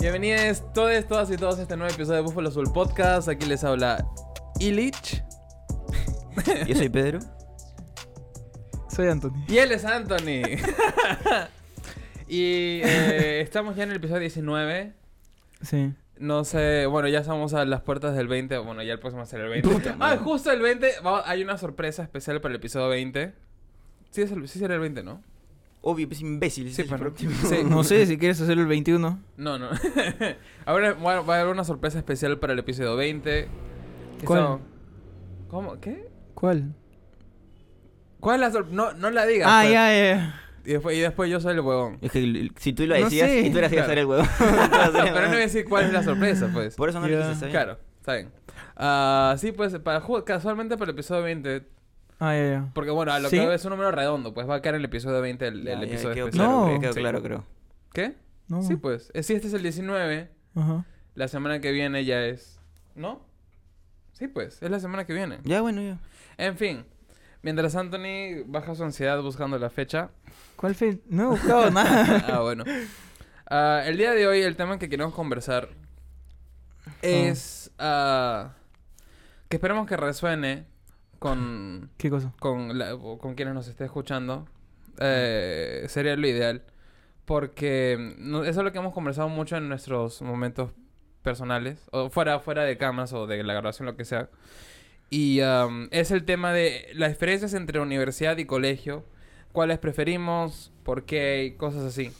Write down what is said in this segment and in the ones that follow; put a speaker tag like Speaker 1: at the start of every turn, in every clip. Speaker 1: Bienvenidos todos, todas y todos a este nuevo episodio de Buffalo Soul Podcast. Aquí les habla Illich.
Speaker 2: Yo soy Pedro.
Speaker 3: Soy Anthony.
Speaker 1: Y él es Anthony. y eh, estamos ya en el episodio 19.
Speaker 3: Sí.
Speaker 1: No sé, bueno, ya estamos a las puertas del 20. Bueno, ya el próximo será el 20. ah, justo el 20. va- hay una sorpresa especial para el episodio 20. Sí, es el- sí será el 20, ¿no?
Speaker 2: Obvio, es imbécil.
Speaker 1: Sí,
Speaker 2: ese es
Speaker 1: pues,
Speaker 2: el
Speaker 1: ¿no?
Speaker 2: próximo.
Speaker 1: Sí.
Speaker 3: No sé si quieres hacer el 21.
Speaker 1: No, no. Ahora va, va a haber una sorpresa especial para el episodio 20. Que
Speaker 3: ¿Cuál?
Speaker 1: son- ¿Cómo? ¿Qué?
Speaker 3: ¿Cuál?
Speaker 1: ¿Cuál es la sorpresa? No, no la digas.
Speaker 3: Ah,
Speaker 1: pues.
Speaker 3: ya, ya, ya.
Speaker 1: Y después, y después yo soy el huevón.
Speaker 2: Es que el- el- si tú lo
Speaker 3: No
Speaker 2: decías,
Speaker 3: sé.
Speaker 2: y tú eras que
Speaker 1: Claro.
Speaker 2: hacer el huevo.
Speaker 1: Pero no voy a decir cuál es la sorpresa, pues.
Speaker 2: Por eso no
Speaker 3: Ya.
Speaker 2: lo dices,
Speaker 1: Claro, está bien. Ah, sí, pues, para, ju- casualmente para el episodio 20.
Speaker 3: Ah, ya, ya.
Speaker 1: Porque bueno, a lo
Speaker 3: ¿Sí?
Speaker 1: que veo es un número redondo, pues va a quedar en el episodio 20 el, el episodio
Speaker 2: quedó
Speaker 1: especial.
Speaker 2: claro,
Speaker 3: No.
Speaker 2: creo, quedó
Speaker 1: Sí.
Speaker 2: claro, creo.
Speaker 1: ¿Qué?
Speaker 3: No.
Speaker 1: Sí, pues. Eh, Si este es el 19,
Speaker 3: Ajá.
Speaker 1: la semana que viene ya es. ¿No? Sí, pues, es la semana que viene.
Speaker 2: Ya, bueno, ya.
Speaker 1: En fin, mientras Anthony baja su ansiedad buscando la fecha.
Speaker 3: ¿Cuál fue? No he buscado nada.
Speaker 1: ah, bueno. Ah, el día de hoy, el tema que queremos conversar es. ah, que esperemos que resuene con.
Speaker 3: ¿Qué cosa?
Speaker 1: con, la- o con quienes nos esté escuchando, eh, sería lo ideal. Porque mm, no- eso es lo que hemos conversado mucho en nuestros momentos personales, o fuera, fuera de camas o de la grabación, lo que sea. Y am, es el tema de las diferencias entre universidad y colegio, cuáles preferimos, por qué y cosas así.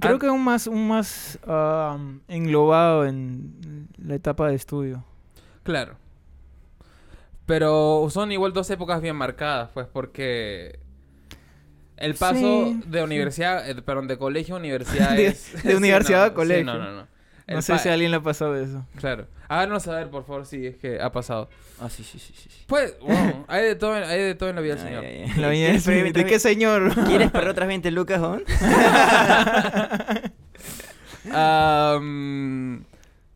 Speaker 3: Creo
Speaker 1: Ah.
Speaker 3: que un más, un más ah, englobado en la etapa de estudio.
Speaker 1: Claro. Pero son igual dos épocas bien marcadas, pues, porque el paso
Speaker 3: Sí,
Speaker 1: de
Speaker 3: sí.
Speaker 1: universidad, eh, perdón, de colegio a universidad
Speaker 3: De-
Speaker 1: es...
Speaker 3: de
Speaker 1: sí, no,
Speaker 3: universidad a
Speaker 1: sí,
Speaker 3: colegio.
Speaker 1: no, no, no.
Speaker 3: No
Speaker 1: El
Speaker 3: sé
Speaker 1: pa-
Speaker 3: si a alguien le ha pasado eso.
Speaker 1: Claro. Háganos saber, por favor, si es que ha pasado.
Speaker 2: Ah, sí, sí, sí. sí, sí.
Speaker 1: Pues, wow, hay de todo, en- hay de todo en la vida del
Speaker 2: Ah,
Speaker 1: señor.
Speaker 2: ya, ya.
Speaker 3: La viña
Speaker 2: ¿Quieres perder
Speaker 3: del Señor. ¿De qué señor?
Speaker 2: ¿Quieres perder otras 20 lucas, Juan?
Speaker 1: Am,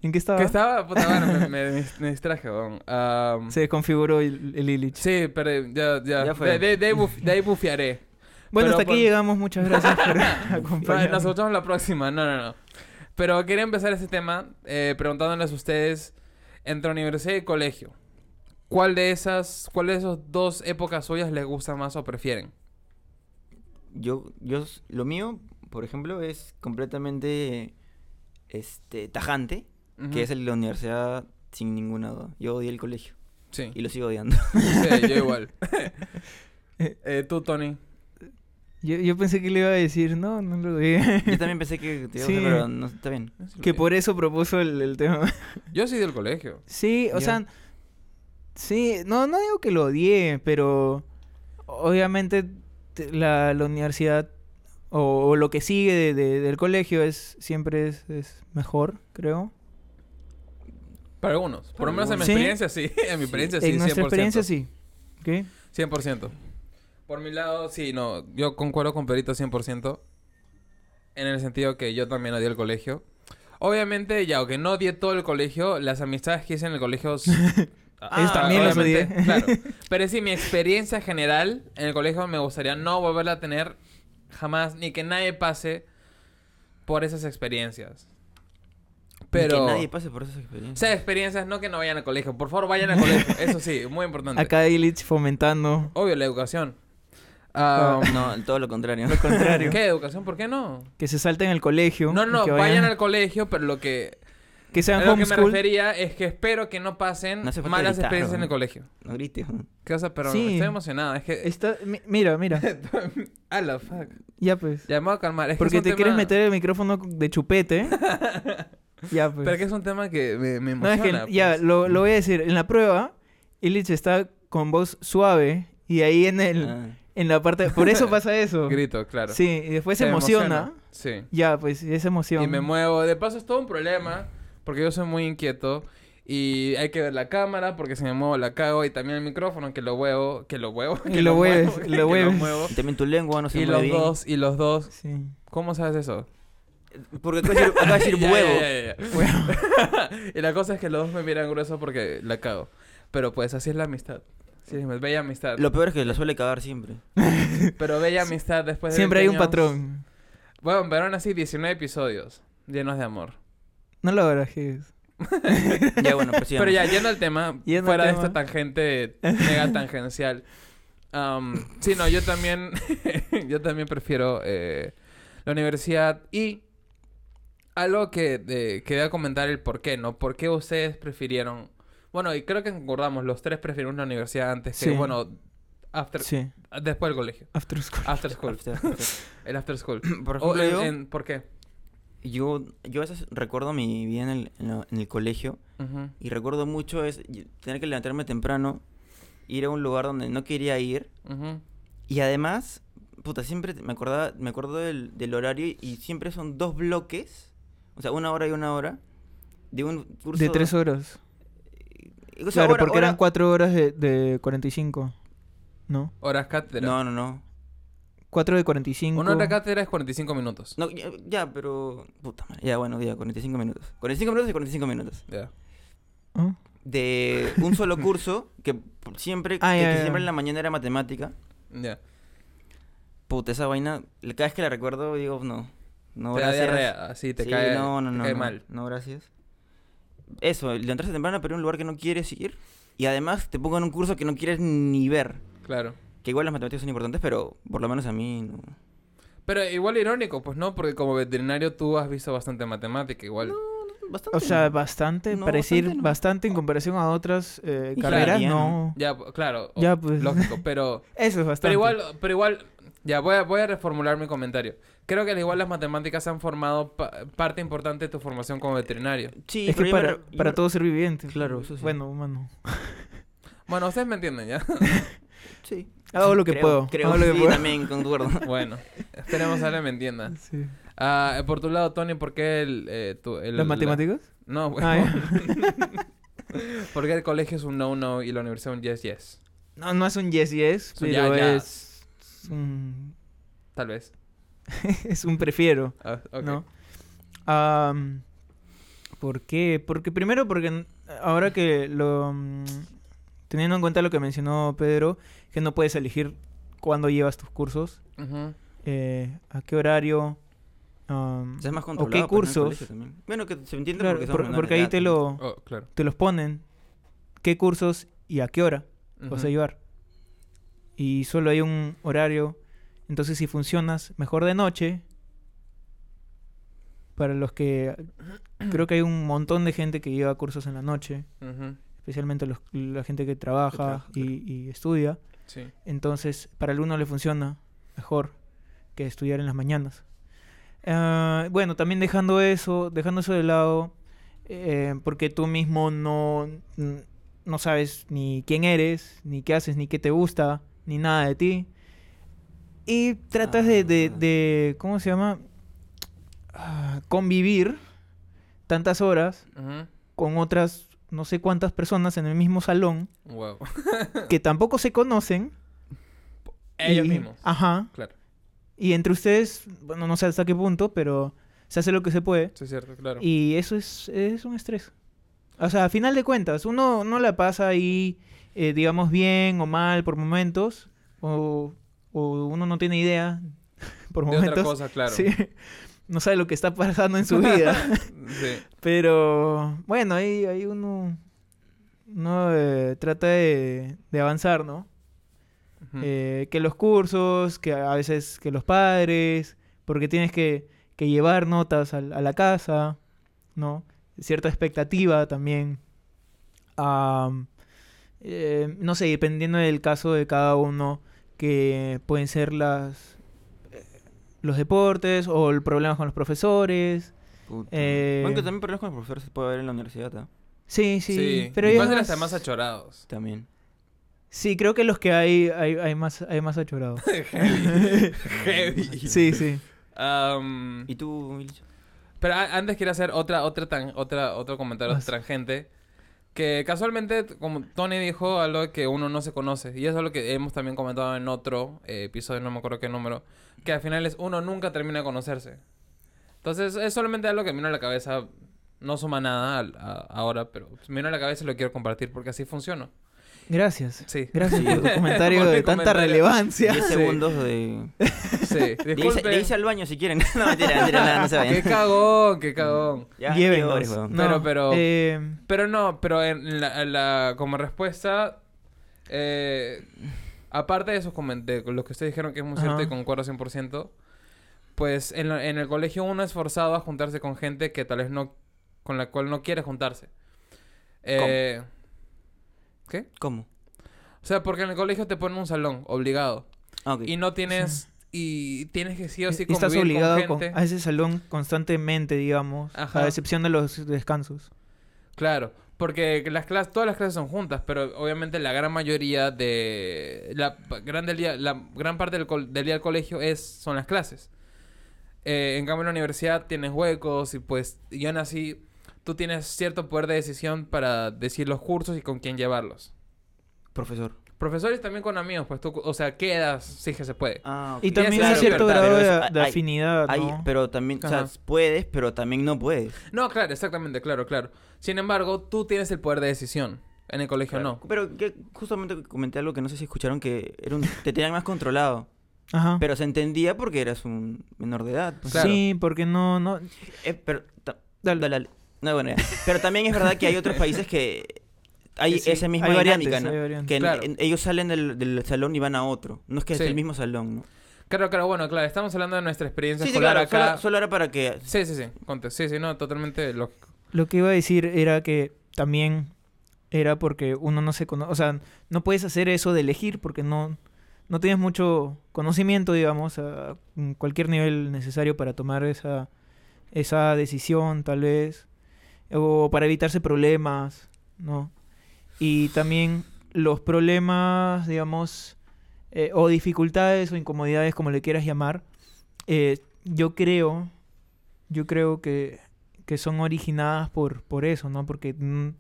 Speaker 3: ¿En qué estaba?
Speaker 1: que estaba... Puta, bueno, me, me- me distraje, weón. Am,
Speaker 3: Se desconfiguró el, el Illich.
Speaker 1: sí, pero ya, ya.
Speaker 2: Ya fue.
Speaker 1: De, de- de ahí buf- de ahí bufiaré.
Speaker 3: Bueno,
Speaker 1: Pero
Speaker 3: hasta aquí
Speaker 1: por-
Speaker 3: llegamos. Muchas gracias por
Speaker 1: No,
Speaker 3: acompañarnos.
Speaker 1: nos escuchamos la próxima. No, no, no. Pero quería empezar este tema eh, preguntándoles a ustedes entre universidad y colegio. ¿Cuál de esas, cuál de esas dos épocas suyas les gusta más o prefieren?
Speaker 2: Yo, yo, s- lo mío, por ejemplo, es completamente este, tajante,
Speaker 1: Ujú.
Speaker 2: que es el de la universidad sin ninguna duda. Yo odié el colegio
Speaker 1: Sí.
Speaker 2: y lo sigo odiando.
Speaker 1: Sí, yo igual. Eh, tú, Tony.
Speaker 3: Yo, yo pensé que le iba a decir, no, no lo dije.
Speaker 2: Yo también pensé que te iba a
Speaker 3: Sí.
Speaker 2: hacer, pero no está bien.
Speaker 3: Que por eso propuso el, el tema.
Speaker 1: Yo soy del colegio.
Speaker 3: Sí, o
Speaker 2: Ya.
Speaker 3: sea, sí, no, no digo que lo odié, pero obviamente te- la, la universidad o, o lo que sigue de- de- del colegio es siempre es, es mejor, creo.
Speaker 1: Para algunos. Por lo menos en mi
Speaker 3: ¿Sí?
Speaker 1: experiencia sí. En mi experiencia sí,
Speaker 3: en nuestra
Speaker 1: 100%.
Speaker 3: experiencia sí. ¿Qué?
Speaker 1: 100%. Por mi lado, sí, no. Yo concuerdo con Perito 100%. En el sentido que yo también odié el colegio. Obviamente, ya, aunque no odié todo el colegio, las amistades que hice en el colegio... s-
Speaker 2: Ah, Eso
Speaker 3: también las odié.
Speaker 1: obviamente, Claro. Pero sí, mi experiencia general en el colegio me gustaría no volverla a tener jamás. Ni que nadie pase por esas experiencias. Pero...
Speaker 2: Que nadie pase por esas
Speaker 1: O
Speaker 2: experiencias.
Speaker 1: sea, experiencias, no que no vayan al colegio. Por favor, vayan al colegio. Eso sí, muy importante.
Speaker 3: Acá Illich fomentando.
Speaker 1: Obvio, la educación. Ah,
Speaker 2: No, todo lo contrario.
Speaker 3: Lo contrario.
Speaker 1: ¿Qué educación? ¿Por qué no?
Speaker 3: Que se salten el colegio.
Speaker 1: No, no,
Speaker 3: y
Speaker 1: no,
Speaker 3: que
Speaker 1: vayan al colegio, pero lo que,
Speaker 3: Que
Speaker 1: a
Speaker 3: sean
Speaker 1: lo que me
Speaker 3: homeschool.
Speaker 1: refería es que espero que no pasen
Speaker 2: No hace falta
Speaker 1: malas
Speaker 2: gritar,
Speaker 1: experiencias en
Speaker 2: ¿no?
Speaker 1: el colegio.
Speaker 2: No grites. ¿no?
Speaker 1: ¿Qué pasa? Pero
Speaker 3: Sí.
Speaker 1: estoy emocionada. Es que.
Speaker 3: Está- mi- mira, mira.
Speaker 1: A la fuck.
Speaker 3: Ya pues.
Speaker 1: Ya me voy a calmar. Es que
Speaker 3: Porque
Speaker 1: es un
Speaker 3: te
Speaker 1: tema-
Speaker 3: quieres meter el micrófono de chupete. ya pues.
Speaker 1: Pero que es un tema que me, me
Speaker 3: No, es
Speaker 1: emociona.
Speaker 3: que, ya,
Speaker 1: pues.
Speaker 3: lo, lo voy a decir. En la prueba, Illich está con voz suave y ahí en el
Speaker 2: Ah.
Speaker 3: en la parte... Por eso pasa eso.
Speaker 1: Grito, claro.
Speaker 3: Sí, y después se
Speaker 1: Me
Speaker 3: emociona.
Speaker 1: Sí.
Speaker 3: Ya, pues, esa emoción.
Speaker 1: Y me muevo. De paso es todo un problema, porque yo soy muy inquieto. Y hay que ver la cámara, porque si me muevo la cago. Y también el micrófono, que lo huevo, que lo huevo.
Speaker 3: Y
Speaker 1: que
Speaker 3: lo
Speaker 1: muevo,
Speaker 3: hueves,
Speaker 1: que
Speaker 3: lo hueves.
Speaker 1: muevo.
Speaker 2: Y también tu lengua no se
Speaker 1: Y
Speaker 2: mueve
Speaker 1: los
Speaker 2: bien.
Speaker 1: dos, y los dos.
Speaker 3: Sí.
Speaker 1: ¿Cómo sabes eso?
Speaker 2: Porque acá decir, acá decir
Speaker 1: Ya,
Speaker 2: huevo.
Speaker 1: ya, ya, ya. y la cosa es que los dos me miran grueso porque la cago. Pero pues así es la amistad. Sí, es bella amistad.
Speaker 2: Lo peor es que la suele cagar siempre.
Speaker 1: Pero bella amistad después de
Speaker 3: Siempre hay
Speaker 1: 20
Speaker 3: un
Speaker 1: años.
Speaker 3: patrón.
Speaker 1: Bueno, pero aún así 19 episodios llenos de amor.
Speaker 3: No lo barajes.
Speaker 2: Ya, bueno, pues
Speaker 1: Pero ya, yendo al tema,
Speaker 3: Yendo al
Speaker 1: fuera de
Speaker 3: tema.
Speaker 1: esta tangente mega tangencial. am, sí, no, yo también, yo también prefiero eh, la universidad y algo que eh, quería comentar el por qué, ¿no? ¿Por qué ustedes prefirieron? Bueno, y creo que concordamos, los tres prefirieron la universidad antes que,
Speaker 3: Sí.
Speaker 1: bueno, after,
Speaker 3: Sí.
Speaker 1: después del colegio.
Speaker 3: After school.
Speaker 1: After school. El after school.
Speaker 2: Por
Speaker 1: O
Speaker 2: ejemplo,
Speaker 1: en-
Speaker 2: yo,
Speaker 1: en- ¿Por qué?
Speaker 2: yo, yo a veces recuerdo mi vida en el, en la- en el colegio
Speaker 1: Ujú.
Speaker 2: y recuerdo mucho es y- tener que levantarme temprano, ir a un lugar donde no quería ir
Speaker 1: Ujú.
Speaker 2: y además, puta, siempre me acordaba, me acuerdo del, del horario y siempre son dos bloques, o sea, una hora y una hora de un curso
Speaker 3: De tres horas.
Speaker 2: o sea,
Speaker 3: claro,
Speaker 2: hora-
Speaker 3: porque
Speaker 2: hora-
Speaker 3: eran cuatro horas de, de 45. ¿No?
Speaker 1: Horas cátedra.
Speaker 2: No, no, no.
Speaker 3: Cuatro de 45.
Speaker 1: Una hora cátedra es 45 minutos.
Speaker 2: No, ya, ya, pero. Puta madre. Ya, bueno, ya, 45 minutos. 45 minutos y 45 minutos.
Speaker 1: Ya.
Speaker 3: ¿Ah?
Speaker 2: De un solo curso que p- siempre.
Speaker 3: Ah,
Speaker 2: que,
Speaker 3: ya,
Speaker 2: que
Speaker 3: ya.
Speaker 2: siempre en la mañana era matemática.
Speaker 1: Ya.
Speaker 2: Puta, esa vaina. la- Cada vez que la recuerdo, digo, no. No,
Speaker 1: te da
Speaker 2: gracias.
Speaker 1: diarrea, así te
Speaker 2: Sí,
Speaker 1: cae,
Speaker 2: no, no,
Speaker 1: te
Speaker 2: no,
Speaker 1: cae
Speaker 2: no,
Speaker 1: mal.
Speaker 2: No, gracias. Eso, levantarse temprano, pero en un lugar que no quieres ir. Y además te pongan un curso que no quieres ni ver.
Speaker 1: Claro.
Speaker 2: Que igual las matemáticas son importantes, pero por lo menos a mí no.
Speaker 1: Pero igual irónico, pues no, porque como veterinario tú has visto bastante matemática, igual.
Speaker 2: Bastante.
Speaker 3: O sea, bastante.
Speaker 2: No,
Speaker 3: parecir
Speaker 2: bastante
Speaker 3: bastante,
Speaker 2: no.
Speaker 3: en comparación a otras eh,
Speaker 2: Y
Speaker 3: carreras.
Speaker 2: claro,
Speaker 3: No.
Speaker 1: Ya, p- claro. o-
Speaker 3: Ya, pues.
Speaker 1: Lógico, pero...
Speaker 3: Eso es bastante.
Speaker 1: Pero igual, pero igual... Ya, voy a, voy a reformular mi comentario. Creo que al igual las matemáticas han formado pa- parte importante de tu formación como veterinario.
Speaker 2: Sí,
Speaker 3: Es
Speaker 2: pero
Speaker 3: que
Speaker 2: yo me
Speaker 3: para,
Speaker 2: re- yo
Speaker 3: para
Speaker 2: me-
Speaker 3: todo ser viviente.
Speaker 2: Claro, eso sí.
Speaker 3: Bueno, humano.
Speaker 1: Bueno, ustedes me entienden, ¿ya?
Speaker 2: Sí.
Speaker 3: Hago lo que
Speaker 2: Creo-
Speaker 3: puedo.
Speaker 2: Creo
Speaker 3: hago lo que
Speaker 2: sí,
Speaker 3: puedo.
Speaker 2: también concuerdo.
Speaker 1: bueno, esperemos ahora me entiendan.
Speaker 3: Sí.
Speaker 1: Ah, por tu lado, Tony, ¿por qué el... eh, tu- el-
Speaker 3: ¿Las
Speaker 1: la-
Speaker 3: matemáticas?
Speaker 1: No, bueno.
Speaker 3: Ah,
Speaker 1: Porque el colegio es un no-no y la universidad un yes-yes.
Speaker 3: No, no es un yes yes,
Speaker 1: Es un ya,
Speaker 3: pero
Speaker 1: ya.
Speaker 3: es un,
Speaker 1: Tal vez.
Speaker 3: es un prefiero,
Speaker 1: Ah, ok.
Speaker 3: ¿no? Am, ¿Por qué? Porque primero porque n- ahora que lo mm, teniendo en cuenta lo que mencionó Pedro, que no puedes elegir cuándo llevas tus cursos,
Speaker 1: Ujú.
Speaker 3: eh, a qué horario, am,
Speaker 2: O sea, es más
Speaker 3: o
Speaker 2: controlado.
Speaker 3: qué
Speaker 2: pues, en el
Speaker 3: cursos,
Speaker 2: colegio también. Bueno, que se entiende
Speaker 3: Claro,
Speaker 2: porque, somos
Speaker 3: por-
Speaker 2: menores de
Speaker 3: porque ahí
Speaker 2: edad,
Speaker 3: te
Speaker 2: ¿no?
Speaker 3: lo
Speaker 1: Oh, claro.
Speaker 3: te los ponen, qué cursos y a qué hora. vas
Speaker 1: Ujú.
Speaker 3: a llevar. Y solo hay un horario. Entonces, si funcionas, mejor de noche. Para los que. Creo que hay un montón de gente que lleva cursos en la noche.
Speaker 1: Ujú.
Speaker 3: Especialmente los- la gente que trabaja,
Speaker 2: trabaja,
Speaker 3: y,
Speaker 2: claro.
Speaker 3: y estudia.
Speaker 1: Sí.
Speaker 3: Entonces, para algunos le funciona mejor que estudiar en las mañanas. Ah, bueno, también dejando eso, dejando eso de lado, eh, porque tú mismo no, n- no sabes ni quién eres, ni qué haces, ni qué te gusta, ni nada de ti. Y tratas de, de-
Speaker 2: Ah.
Speaker 3: de- ¿cómo se llama? Ah, convivir tantas horas
Speaker 1: Ujú.
Speaker 3: con otras, no sé cuántas personas en el mismo salón,
Speaker 1: Wow.
Speaker 3: que tampoco se conocen.
Speaker 1: Ellos
Speaker 3: y- ah,
Speaker 1: mismos.
Speaker 3: Ajá.
Speaker 1: Claro.
Speaker 3: Y entre ustedes, bueno, no sé hasta qué punto, pero se hace lo que se puede.
Speaker 1: Sí, es cierto, claro.
Speaker 3: Y eso es, es un estrés. O sea, a final de cuentas, uno no la pasa ahí, eh, digamos, bien o mal por momentos, o, o uno no tiene idea por
Speaker 1: de otra
Speaker 3: momentos.
Speaker 1: cosa, claro.
Speaker 3: Sí. No sabe lo que está pasando en su vida.
Speaker 1: Sí.
Speaker 3: pero bueno, ahí, ahí uno, uno eh, trata de, de avanzar, ¿no?
Speaker 1: Ujú.
Speaker 3: eh, que los cursos, que a veces que los padres, porque tienes que, que llevar notas al- a, la casa, ¿no? Cierta expectativa también. Am, eh, no sé, dependiendo del caso de cada uno, que pueden ser las eh, los deportes o el problema con los profesores.
Speaker 2: Puta.
Speaker 3: Eh,
Speaker 2: Bueno, que también problemas con los profesores se puede ver en la universidad, ¿ah?
Speaker 3: Sí, sí.
Speaker 1: Sí.
Speaker 3: Pero
Speaker 1: Y
Speaker 3: hay
Speaker 1: pasan
Speaker 3: más-
Speaker 1: hasta más achorados.
Speaker 2: También.
Speaker 3: Sí, creo que los que hay hay, hay más hay más achorados.
Speaker 1: Heavy. Heavy. Um,
Speaker 3: sí, sí. Mm.
Speaker 1: Am,
Speaker 2: ¿Y tú, Ilcho?
Speaker 1: Pero a- antes quería hacer otra, otra, tan, otra, otro comentario
Speaker 3: Vas.
Speaker 1: tangente. Que casualmente, t- como Tony dijo, algo que uno no se conoce. Y eso es lo que hemos también comentado en otro eh, episodio, no me acuerdo qué número. Que al final es uno nunca termina de conocerse. Entonces, es solamente algo que me vino a la cabeza. No suma nada al- a- ahora, pero me vino a la cabeza y lo quiero compartir porque así funciona.
Speaker 3: Gracias.
Speaker 1: Sí.
Speaker 3: Gracias por tu
Speaker 1: Por
Speaker 3: comentario
Speaker 1: mi
Speaker 3: de tanta
Speaker 1: comentario.
Speaker 3: relevancia.
Speaker 2: 10 segundos de.
Speaker 1: Sí,
Speaker 2: Le hice,
Speaker 1: disculpen.
Speaker 2: le hice al baño si quieren. No, mentira, mentira, nada, no se
Speaker 1: Qué
Speaker 2: vayan.
Speaker 1: cagón, qué cagón.
Speaker 2: Ya,
Speaker 3: Llévenos.
Speaker 2: pobres, huevón.
Speaker 3: Mm, No,
Speaker 1: Pero- pero-
Speaker 3: eh,
Speaker 1: Pero no, pero en la, en la- como respuesta, eh, aparte de esos comentarios, lo que ustedes dijeron que es muy cierto
Speaker 3: Ajá.
Speaker 1: y concuerdo 100%, pues en, la- en el colegio uno es forzado a juntarse con gente que tal vez no, con la cual no quiere juntarse. Eh, ¿Qué?
Speaker 2: ¿Cómo?
Speaker 1: O sea, porque en el colegio te ponen un salón, obligado.
Speaker 2: Ah, ok.
Speaker 1: Y no tienes, y tienes que sí o sí
Speaker 3: y estás
Speaker 1: convivir con
Speaker 3: obligado
Speaker 1: gente.
Speaker 3: con- a ese salón constantemente, digamos,
Speaker 1: Ajá.
Speaker 3: a excepción de los descansos.
Speaker 1: Claro, porque las clases, todas las clases son juntas, pero obviamente la gran mayoría de la p- gran del día- la gran parte del, col- del día del colegio es son las clases. Eh, en cambio en la universidad tienes huecos y pues y aún así tú tienes cierto poder de decisión para decir los cursos y con quién llevarlos.
Speaker 2: Profesor.
Speaker 1: Profesores también con amigos, pues tú, o sea, quedas si es que se puede.
Speaker 2: Ah, ok.
Speaker 3: Y también
Speaker 1: esa
Speaker 3: hay
Speaker 1: es la
Speaker 3: cierto
Speaker 1: libertad,
Speaker 3: grado
Speaker 2: pero
Speaker 3: de,
Speaker 2: eso-
Speaker 3: de
Speaker 2: hay-
Speaker 3: afinidad,
Speaker 2: Hay-
Speaker 3: ¿no?
Speaker 2: pero también, o
Speaker 1: Ajá.
Speaker 2: sea, puedes, pero también no puedes.
Speaker 1: No, claro, exactamente, claro, claro. Sin embargo, tú tienes el poder de decisión. En el colegio no.
Speaker 2: Pero que justamente comenté algo que no sé si escucharon que era un, te tenían más controlado.
Speaker 3: Ajá.
Speaker 2: Pero se entendía porque eras un menor de edad. pues.
Speaker 1: claro.
Speaker 3: Sí, porque no, no.
Speaker 2: Eh, pero, ta-
Speaker 3: Dale.
Speaker 2: dale, dale. No, bueno, ya. Pero también es verdad que hay otros países que hay
Speaker 3: Que sí,
Speaker 2: esa misma
Speaker 3: hay variantes,
Speaker 2: dinámica,
Speaker 3: hay
Speaker 2: ¿no?
Speaker 3: variantes.
Speaker 2: Que en-
Speaker 1: Claro.
Speaker 2: en- ellos salen del, del salón y van a otro. No es que
Speaker 1: Sí.
Speaker 2: es el mismo salón, ¿no?
Speaker 1: Claro, claro, bueno, claro, estamos hablando de nuestra experiencia
Speaker 2: Sí, sí,
Speaker 1: escolar
Speaker 2: claro.
Speaker 1: acá.
Speaker 2: Solo, solo era para que...
Speaker 1: Sí, sí, sí. Conte- Sí, sí, no, totalmente lógico.
Speaker 3: Lo que iba a decir era que también era porque uno no se conoce, o sea, no puedes hacer eso de elegir porque no, no tienes mucho conocimiento, digamos, a en cualquier nivel necesario para tomar esa, esa decisión, tal vez, o para evitarse problemas, ¿no? Y también los problemas, digamos, eh, o dificultades o incomodidades, como le quieras llamar, eh, yo creo, yo creo que que son originadas por, por eso, ¿no? Porque, mm,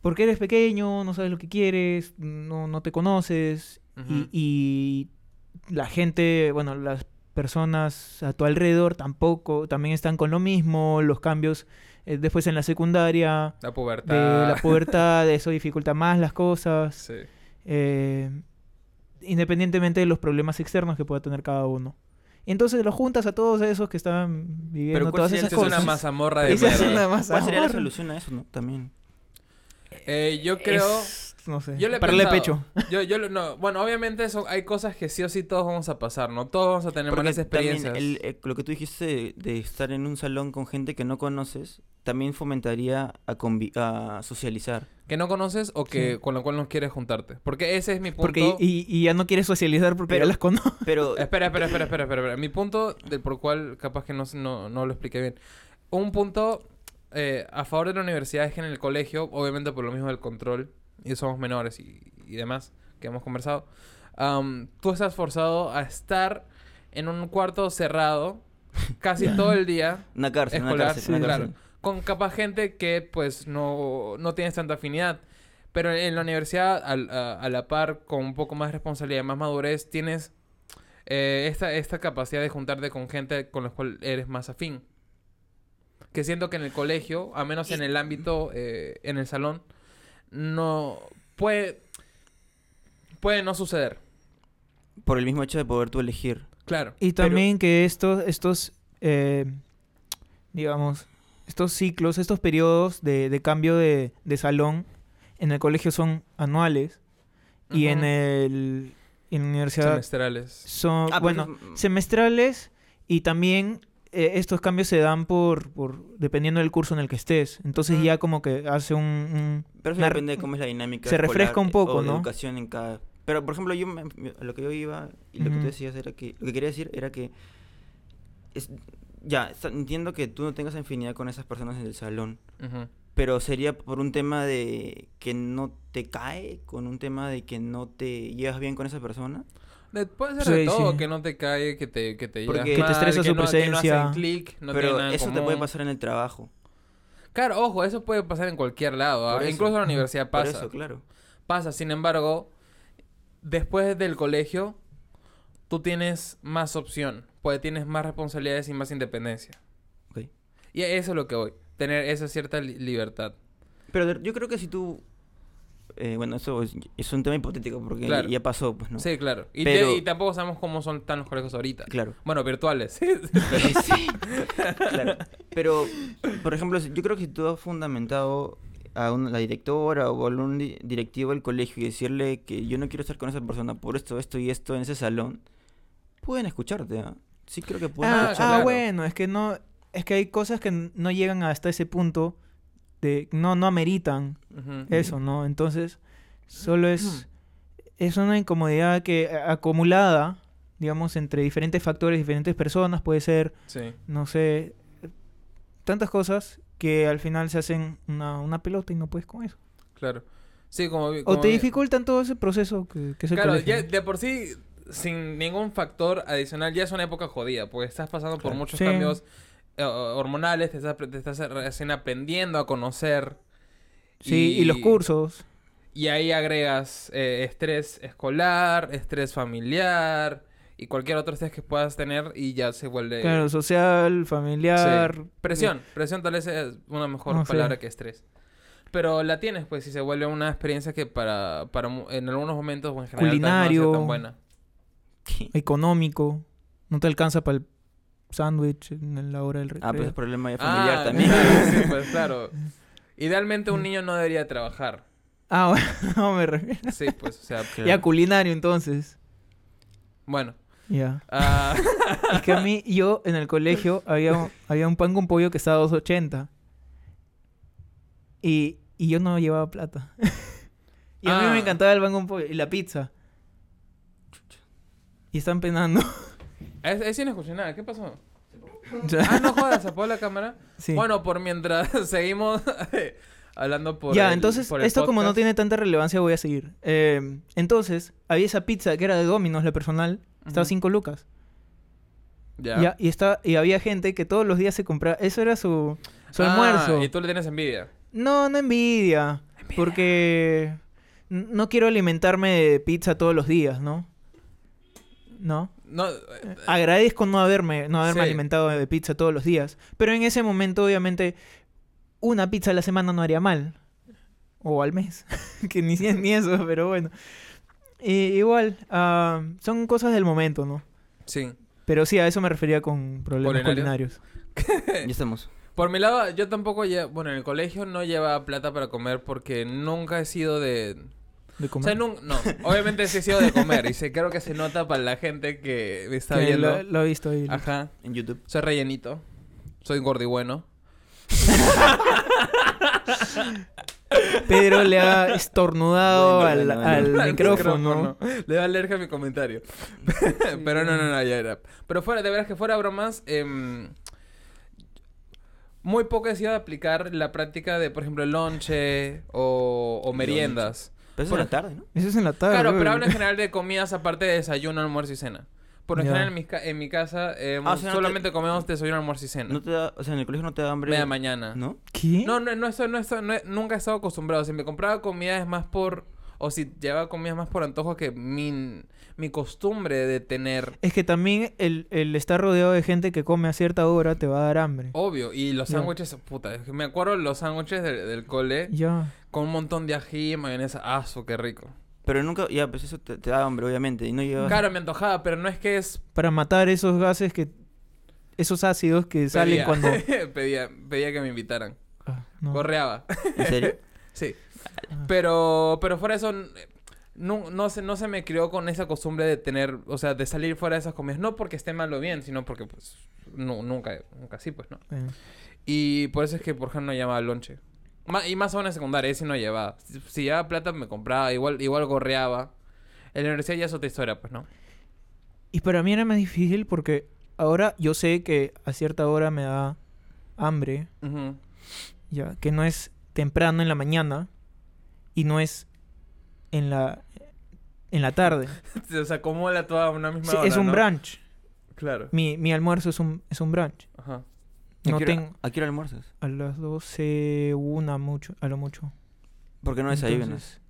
Speaker 3: porque eres pequeño, no sabes lo que quieres, no, no te conoces
Speaker 1: Ujú.
Speaker 3: y, y la gente, bueno, las personas a tu alrededor tampoco, también están con lo mismo, los cambios eh, después en la secundaria,
Speaker 1: La
Speaker 3: de
Speaker 1: pubertad.
Speaker 3: la pubertad, eso dificulta más las cosas,
Speaker 1: Sí.
Speaker 3: eh, independientemente de los problemas externos que pueda tener cada uno. Y entonces los juntas a todos esos que están viviendo
Speaker 2: ¿cuál
Speaker 3: todas
Speaker 2: sería el
Speaker 1: Es
Speaker 3: esas
Speaker 1: una
Speaker 3: cosas.
Speaker 1: mazamorra de
Speaker 3: Esa es
Speaker 1: mierda.
Speaker 3: una más
Speaker 2: ¿Cuál sería la
Speaker 3: ahora.
Speaker 2: solución a eso, no? También.
Speaker 1: Eh, yo creo...
Speaker 3: Es- no sé.
Speaker 1: Yo le he
Speaker 3: Pararle
Speaker 1: pensado.
Speaker 3: pecho.
Speaker 1: Yo, yo, lo- no. Bueno, obviamente eso, hay cosas que sí o sí todos vamos a pasar, ¿no? Todos vamos a tener
Speaker 2: Porque
Speaker 1: malas
Speaker 2: también
Speaker 1: experiencias.
Speaker 2: el- eh, lo que tú dijiste de, de estar en un salón con gente que no conoces, también fomentaría a, convi- a socializar.
Speaker 1: Que no conoces o que
Speaker 3: Sí.
Speaker 1: con la cual no quieres juntarte. Porque ese es mi punto...
Speaker 3: Porque y, y ya no quieres socializar porque
Speaker 2: Pero-
Speaker 3: ya las conoces.
Speaker 2: Pero
Speaker 1: Espera, espera, espera, espera, espera, espera. Mi punto, del por cual capaz que no, s- no, no lo expliqué bien. Un punto eh, a favor de la universidad es que en el colegio, obviamente por lo mismo del control, y somos menores y, y demás, que hemos conversado, am, tú estás forzado a estar en un cuarto cerrado casi todo el día,
Speaker 2: una cárcel, una
Speaker 1: Escolar,
Speaker 2: cárcel,
Speaker 1: sí,
Speaker 2: una
Speaker 1: claro.
Speaker 2: cárcel.
Speaker 1: con capaz gente que pues no, no tienes tanta afinidad. Pero en la universidad, al- a, a la par, con un poco más de responsabilidad, más madurez, tienes eh, esta, esta capacidad de juntarte con gente con la cual eres más afín. Que siento que en el colegio, a menos en el ámbito, eh, en el salón, no puede, puede no suceder.
Speaker 2: Por el mismo hecho de poder tú elegir.
Speaker 1: Claro.
Speaker 3: Y
Speaker 2: Pero-
Speaker 3: también que estos, estos eh, digamos, estos ciclos, estos periodos de, de cambio de, de salón en el colegio son anuales y en
Speaker 1: Ujú.
Speaker 3: el en la universidad
Speaker 1: Semestrales.
Speaker 3: son
Speaker 2: Ah, pero
Speaker 1: pues,
Speaker 3: bueno
Speaker 1: mm,
Speaker 2: eso es-
Speaker 3: semestrales y también eh, estos cambios se dan por, por dependiendo del curso en el que estés entonces
Speaker 1: Ujú.
Speaker 3: ya como que hace un, un-
Speaker 2: Pero eso
Speaker 3: una-
Speaker 2: depende de cómo es la dinámica.
Speaker 3: se refresca un
Speaker 2: eh,
Speaker 3: poco,
Speaker 2: o de
Speaker 3: ¿no?
Speaker 2: educación en cada. Pero, por ejemplo, yo me- me- a lo que yo iba y lo que tú
Speaker 3: Ujú.
Speaker 2: decías era que. Lo que quería decir era que. es- ya, está- entiendo que tú no tengas afinidad con esas personas en el salón.
Speaker 1: Ujú.
Speaker 2: Pero sería por un tema de que no te cae, con un tema de que no te llevas bien con esa persona.
Speaker 1: De- puede ser de
Speaker 3: Sí,
Speaker 1: todo,
Speaker 3: sí.
Speaker 1: que no te cae, que te, que te
Speaker 2: Porque-
Speaker 1: llevas
Speaker 2: Que te
Speaker 1: mal,
Speaker 3: estresa su
Speaker 1: no- que no hacen
Speaker 3: presencia.
Speaker 1: clic, no tienen
Speaker 2: pero
Speaker 1: nada en
Speaker 2: eso te puede
Speaker 1: común.
Speaker 2: pasar en el trabajo.
Speaker 1: Claro, ojo, eso puede pasar en cualquier lado, ¿ah?
Speaker 2: Por eso.
Speaker 1: incluso en la universidad
Speaker 2: Por
Speaker 1: pasa.
Speaker 2: eso, claro.
Speaker 1: Pasa, sin embargo, después del colegio, tú tienes más opción, pues tienes más responsabilidades y más independencia.
Speaker 2: Ok.
Speaker 1: Y a eso es lo que voy, tener esa cierta li- libertad.
Speaker 2: Pero de- yo creo que si tú eh, bueno, eso es, es un tema hipotético porque
Speaker 1: Claro.
Speaker 2: ya pasó, pues, ¿no?
Speaker 1: Sí, claro. Y,
Speaker 2: Pero-
Speaker 1: te- y tampoco sabemos cómo son tan los colegios ahorita.
Speaker 2: Claro.
Speaker 1: Bueno, virtuales.
Speaker 2: Sí, claro. Pero, por ejemplo, si- yo creo que si tú has fundamentado a un- la directora o a algún di- directivo del colegio y decirle que yo no quiero estar con esa persona por esto, esto y esto en ese salón, pueden escucharte. ¿ah? Sí, creo que pueden
Speaker 3: ah, ah,
Speaker 2: escucharte.
Speaker 1: claro.
Speaker 3: bueno, es que no, es que hay cosas que n- no llegan hasta ese punto de no, no ameritan
Speaker 1: Ujú.
Speaker 3: eso, ¿no? Entonces, solo es, es una incomodidad que a- acumulada, digamos, entre diferentes factores, diferentes personas, puede ser,
Speaker 1: Sí.
Speaker 3: no sé, tantas cosas que al final se hacen una, una pelota y no puedes con eso.
Speaker 1: Claro. Sí, como...
Speaker 3: O
Speaker 1: como-
Speaker 3: te dificultan todo ese proceso que, que es el
Speaker 1: Claro,
Speaker 3: colegio.
Speaker 1: ya de por sí, sin ningún factor adicional, ya es una época jodida, porque estás pasando por
Speaker 2: Claro.
Speaker 1: muchos
Speaker 3: Sí.
Speaker 1: cambios eh, hormonales, te estás, te estás eh, recién aprendiendo a conocer.
Speaker 3: Sí, y los cursos.
Speaker 1: Y ahí agregas eh, estrés escolar, estrés familiar y cualquier otro estrés que puedas tener y ya se vuelve...
Speaker 3: Claro, social, familiar.
Speaker 1: Sí. Presión. Presión tal vez es una mejor
Speaker 3: No sé.
Speaker 1: palabra que estrés. Pero la tienes, pues, y se vuelve una experiencia que para, para mu- en algunos momentos o en general tal, no va a ser
Speaker 3: Culinario.
Speaker 1: tan buena.
Speaker 3: eh, económico. No te alcanza para el sándwich en la hora del recreo.
Speaker 2: Ah, pues es problema ya familiar
Speaker 1: Ah,
Speaker 2: también.
Speaker 1: claro, sí, pues, claro. Idealmente un niño no debería trabajar.
Speaker 3: Ah, bueno, no me refiero.
Speaker 1: Sí, pues, o sea,
Speaker 2: Claro.
Speaker 3: Ya culinario entonces.
Speaker 1: bueno.
Speaker 3: Ya.
Speaker 1: Ah,
Speaker 3: Es que a mí, yo en el colegio había un, había un pan con pollo que estaba a 2.80. Y, y yo no llevaba plata. y a
Speaker 1: Ah.
Speaker 3: mí me encantaba el pan con pollo y la pizza. Y están penando.
Speaker 1: es, es inexcusable. ¿Qué pasó?
Speaker 3: O sea,
Speaker 1: Ah, no jodas, apagó la cámara.
Speaker 3: sí.
Speaker 1: Bueno, por mientras seguimos hablando por
Speaker 3: ya,
Speaker 1: el-
Speaker 3: entonces,
Speaker 1: por el
Speaker 3: esto como no
Speaker 1: podcast.
Speaker 3: tiene tanta relevancia, voy a seguir. Eh, entonces, había esa pizza que era de Domino's, la personal. Estaba
Speaker 1: Ujú.
Speaker 3: 5 lucas.
Speaker 1: Ya.
Speaker 3: Ya, y, está, y había gente que todos los días se compraba. Eso era su, su
Speaker 1: Ah,
Speaker 3: almuerzo.
Speaker 1: Y tú le tienes envidia.
Speaker 3: No, no envidia. Porque n- no quiero alimentarme de pizza todos los días, ¿no? ¿No?
Speaker 1: No, eh,
Speaker 3: Agradezco no haberme, no haberme
Speaker 1: Sí.
Speaker 3: alimentado de pizza todos los días. Pero en ese momento, obviamente, una pizza a la semana no haría mal. O al mes. que ni, si- ni eso, pero bueno. Y- igual, ah, son cosas del momento, ¿no?
Speaker 1: sí.
Speaker 3: Pero sí, a eso me refería con problemas
Speaker 1: ¿Culinarios?
Speaker 3: culinarios.
Speaker 2: Ya estamos.
Speaker 1: Por mi lado, yo tampoco lle- Bueno, en el colegio no llevaba plata para comer porque nunca he sido de...
Speaker 3: de
Speaker 1: O
Speaker 3: comer.
Speaker 1: sea, nun- no, obviamente sí he sido de comer y se, creo que se nota para la gente que me está
Speaker 3: Que
Speaker 1: viendo.
Speaker 3: Lo, lo he visto ahí.
Speaker 1: Ajá,
Speaker 2: En YouTube.
Speaker 1: soy rellenito, soy gordo y bueno.
Speaker 3: Pedro le ha estornudado
Speaker 2: Bueno, bueno,
Speaker 3: al,
Speaker 2: bueno.
Speaker 3: al micrófono.
Speaker 1: Le da alergia a mi comentario. Pero no, no, no, ya era. Pero fuera, de veras que fuera bromas, em, muy poco he sido de aplicar la práctica de, por ejemplo, lonche o, o meriendas.
Speaker 2: Pero eso
Speaker 1: Por-
Speaker 2: es en la tarde, ¿no?
Speaker 3: Eso es en la tarde.
Speaker 1: Claro,
Speaker 3: güey.
Speaker 1: pero hablo en general de comidas aparte de desayuno, almuerzo y cena. Por lo
Speaker 3: Ya.
Speaker 1: general en mi, ca- en mi casa eh,
Speaker 2: Ah, o sea, no te-
Speaker 1: solamente comemos desayuno, almuerzo y cena.
Speaker 2: No te da, o sea, en el colegio no te da hambre.
Speaker 1: Media mañana.
Speaker 2: ¿No?
Speaker 3: ¿Qué?
Speaker 1: No, no, no, eso, no, eso, no, nunca he estado acostumbrado. Si me compraba comida es más por... O si llevaba comida es más por antojo que mi, mi costumbre de tener.
Speaker 3: Es que también el, el estar rodeado de gente que come a cierta hora te va a dar hambre.
Speaker 1: Obvio. Y los
Speaker 3: Ya.
Speaker 1: sándwiches, puta. es que Me acuerdo los sándwiches del, del cole
Speaker 3: Ya.
Speaker 1: con un montón de ají, mayonesa. ¡Ah, su, qué rico!
Speaker 2: Pero nunca, ya, pues eso te, te da hambre, obviamente. Y no llevas.
Speaker 1: Claro, me antojaba, pero no es que es
Speaker 3: Para matar esos gases que. Esos ácidos que salen
Speaker 1: pedía,
Speaker 3: cuando.
Speaker 1: pedía, pedía que me invitaran.
Speaker 3: Ah, no.
Speaker 1: Gorreaba.
Speaker 2: ¿En serio?
Speaker 1: Sí.
Speaker 3: Ah.
Speaker 1: Pero, pero fuera de eso, n- no, no, se, no se me crió con esa costumbre de tener, o sea, de salir fuera de esas comidas. No porque esté mal o bien, sino porque, pues, nu- nunca, nunca sí, pues, ¿no?
Speaker 3: Eh,
Speaker 1: Y por eso es que, por ejemplo, no llevaba lonche. Ma- y más aún en secundaria, si no llevaba. Si, si llevaba plata, me compraba. Igual, igual gorreaba. En la universidad ya es otra historia, pues, ¿no?
Speaker 3: Y para mí era más difícil porque ahora yo sé que a cierta hora me da hambre.
Speaker 1: Ujú.
Speaker 3: ya que no es temprano en la mañana y no es en la en la tarde
Speaker 1: o sea, acumula toda una misma
Speaker 3: Sí,
Speaker 1: hora,
Speaker 3: es un
Speaker 1: ¿no?
Speaker 3: brunch
Speaker 1: Claro.
Speaker 3: mi, mi almuerzo es un es un brunch
Speaker 1: Ajá.
Speaker 3: no
Speaker 2: ¿A qué hora-
Speaker 3: tengo
Speaker 2: ¿A qué hora almuerzas?
Speaker 3: a las 12 una mucho a lo mucho
Speaker 2: ¿Por qué no desayunas?
Speaker 3: Entonces,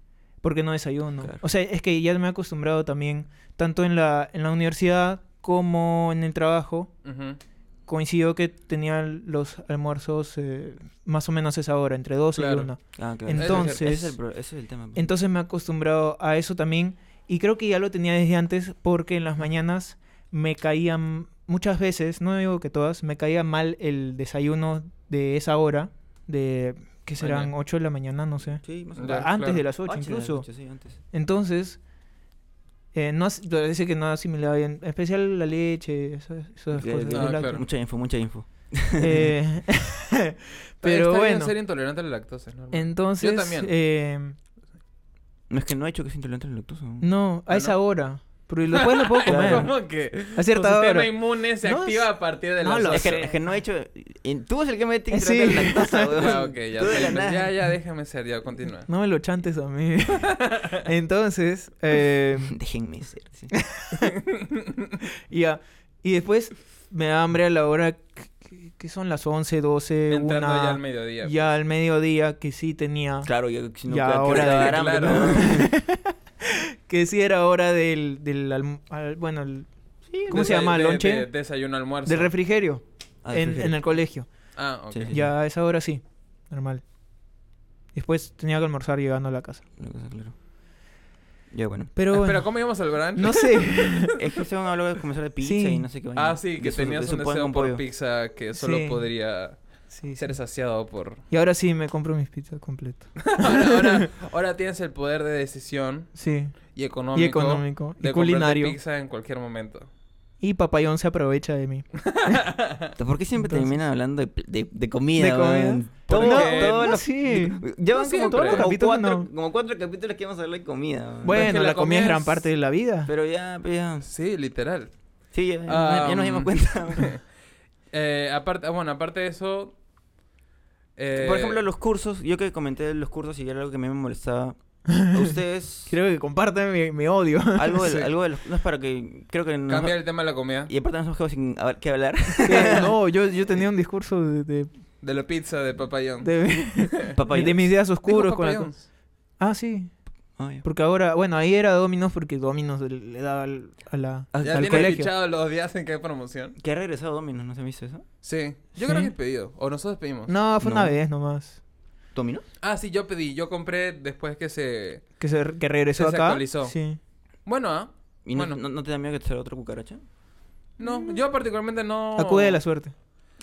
Speaker 3: porque no desayuno
Speaker 2: Claro.
Speaker 3: o sea es que ya me he acostumbrado también tanto en la en la universidad como en el trabajo
Speaker 1: Ujú.
Speaker 3: coincidió que tenía los almuerzos eh, más o menos a esa hora, entre 12
Speaker 1: Claro.
Speaker 3: y 1.
Speaker 2: Ah, claro.
Speaker 3: Entonces-
Speaker 2: Ese es el, pro- ese es el tema. pues.
Speaker 3: Entonces me he acostumbrado a eso también. Y creo que ya lo tenía desde antes porque en las mañanas me caían muchas veces, no digo que todas, me caía mal el desayuno de esa hora, de que serán
Speaker 1: Mañana.
Speaker 3: 8 de la mañana, no sé.
Speaker 2: Sí, más o
Speaker 1: Ya,
Speaker 2: menos.
Speaker 3: antes
Speaker 1: claro.
Speaker 3: de las 8
Speaker 2: Ocho,
Speaker 3: incluso.
Speaker 2: ocho, Ah, sí, antes.
Speaker 3: Entonces, eh, no as- parece que no asimilaba bien, en especial la leche, esas, esas
Speaker 2: Ya,
Speaker 3: cosas.
Speaker 2: ya,
Speaker 3: los
Speaker 1: Ah,
Speaker 3: lácteos.
Speaker 1: claro.
Speaker 2: Mucha info, mucha info.
Speaker 3: Eh,
Speaker 1: Está
Speaker 3: pero
Speaker 1: bien
Speaker 3: bueno,
Speaker 1: ser intolerante a la lactosa, es normal.
Speaker 3: entonces,
Speaker 1: Yo también.
Speaker 3: eh,
Speaker 2: No es que no ha hecho que se intolerante al lactosa. ¿no?
Speaker 3: no, a
Speaker 1: Ah,
Speaker 3: esa
Speaker 1: ¿no?
Speaker 3: hora. Pero después lo puedo comer.
Speaker 1: ¿Cómo que?
Speaker 3: A
Speaker 1: tu
Speaker 3: cierta
Speaker 1: sistema
Speaker 3: hora.
Speaker 1: Pues, inmune se
Speaker 3: No,
Speaker 1: activa
Speaker 3: es-
Speaker 1: a partir de
Speaker 2: No,
Speaker 1: las
Speaker 2: lo- es, que,
Speaker 1: doce.
Speaker 2: es que no ha hecho. y Tú eres el que me tiene
Speaker 3: Sí.
Speaker 2: que la lactosa, weón.
Speaker 1: Ya, Ah, ok, ya,
Speaker 2: Tú de la
Speaker 1: Felipe,
Speaker 2: nada.
Speaker 1: ya, ya, déjame ser, ya, continúa.
Speaker 3: No me lo chantes a mí. entonces, eh,
Speaker 2: Déjenme ser. sí.
Speaker 3: Ah. ya. Y después me da hambre a la hora que- que, que son las 11, 12,
Speaker 1: Entrando
Speaker 3: una,
Speaker 1: ya al pues. mediodía.
Speaker 3: ya al mediodía que sí tenía.
Speaker 2: Claro, ya si no,
Speaker 3: Ya,
Speaker 2: ¿qué- qué
Speaker 3: ahora
Speaker 2: hora
Speaker 3: de-
Speaker 2: te va a dar hambre,
Speaker 1: claro.
Speaker 2: no?
Speaker 3: Que sí era hora del, del alm- al- bueno, el- ¿cómo se
Speaker 1: Desay-
Speaker 3: llama?
Speaker 1: de-
Speaker 3: ¿Lonche?
Speaker 1: de- desayuno, almuerzo.
Speaker 3: del refrigerio
Speaker 2: Ah,
Speaker 3: en,
Speaker 2: perfecto.
Speaker 3: en el colegio.
Speaker 1: Ah, ok.
Speaker 2: Sí, sí.
Speaker 3: Ya a esa hora sí, normal. Después tenía que almorzar llegando a la casa.
Speaker 2: Una cosa, claro. Ya, bueno.
Speaker 3: Pero
Speaker 1: Espera,
Speaker 3: bueno,
Speaker 1: Ah, ¿cómo íbamos al verano?
Speaker 3: no sé.
Speaker 2: Es que se van a hablar de comenzar de pizza
Speaker 3: Sí.
Speaker 2: y no sé qué vaina.
Speaker 1: Ah, sí, que
Speaker 2: De su-
Speaker 1: tenías
Speaker 2: de su
Speaker 1: un
Speaker 2: pan con
Speaker 1: deseo por
Speaker 2: pollo.
Speaker 1: pizza que solo
Speaker 3: Sí.
Speaker 1: podría
Speaker 3: Sí, sí.
Speaker 1: ser saciado por...
Speaker 3: Y ahora sí me compro mis pizzas completas.
Speaker 1: Ahora, ahora, ahora tienes el poder de decisión
Speaker 3: Sí,
Speaker 1: y económico.
Speaker 3: y económico, y
Speaker 1: de comprarte
Speaker 3: culinario.
Speaker 1: pizza en cualquier momento.
Speaker 3: Y Papayón se aprovecha de mí.
Speaker 2: ¿Por qué siempre
Speaker 3: Entonces-
Speaker 2: terminan hablando de, pl- de, de comida?
Speaker 3: ¿De comida?
Speaker 2: weón? Todo,
Speaker 1: Porque-
Speaker 2: todo
Speaker 1: No,
Speaker 2: lo-
Speaker 3: sí.
Speaker 2: Ya
Speaker 1: No
Speaker 2: van
Speaker 1: siempre.
Speaker 2: como, todos los
Speaker 3: Como
Speaker 2: capítulos,
Speaker 3: cuatro-
Speaker 2: cuatro, como cuatro capítulos que vamos a hablar de comida. weón.
Speaker 3: Bueno,
Speaker 1: que
Speaker 3: la,
Speaker 1: la
Speaker 3: comida es
Speaker 1: comida
Speaker 3: gran
Speaker 1: es-
Speaker 3: parte de la vida.
Speaker 2: Pero ya, pero ya.
Speaker 1: Sí, literal.
Speaker 2: Sí, ya, ya- ya nos dimos
Speaker 1: Am,
Speaker 2: cuenta.
Speaker 1: Eh, aparte, ah, bueno, aparte de eso... eh,
Speaker 2: Por ejemplo, los cursos. Yo que comenté los cursos y era algo que a mí me molestaba. A ustedes.
Speaker 3: Creo que comparten mi, mi odio.
Speaker 2: Algo de,
Speaker 1: Sí.
Speaker 2: algo de los. No es para que. Creo que. no-
Speaker 1: Cambiar el tema de la comida.
Speaker 2: y aparte, nos hemos quedado sin hab- qué hablar.
Speaker 3: Que no, yo, yo tenía un discurso de, de,
Speaker 1: De la pizza de papayón.
Speaker 3: de-
Speaker 2: Papayón.
Speaker 3: de mis ideas
Speaker 1: Digo,
Speaker 3: oscuras. con la-
Speaker 1: papayón.
Speaker 3: Ah, sí.
Speaker 2: Ah, ya.
Speaker 3: Porque ahora, bueno, ahí era Dominos porque Dominos le- le daba al- a la...
Speaker 2: Ah,
Speaker 1: Ya
Speaker 3: al
Speaker 1: tienes
Speaker 3: colegio.
Speaker 1: fichado los días en que hay promoción.
Speaker 2: Que ha regresado Domino, ¿no se me hizo eso?
Speaker 1: Sí. Yo
Speaker 3: Sí.
Speaker 1: creo que he pedido. O nosotros pedimos.
Speaker 3: No, fue una
Speaker 2: No.
Speaker 3: vez nomás.
Speaker 2: ¿Domino?
Speaker 1: Ah, sí, yo pedí. Yo compré después que se...
Speaker 3: Que, se, que regresó
Speaker 1: Que se
Speaker 3: acá.
Speaker 1: actualizó.
Speaker 3: Sí.
Speaker 1: Bueno, ah.
Speaker 2: ¿Y no,
Speaker 1: Bueno.
Speaker 2: no, no te da miedo que te salga otro cucaracha? Mm.
Speaker 1: No, yo particularmente no...
Speaker 3: Acude a la suerte.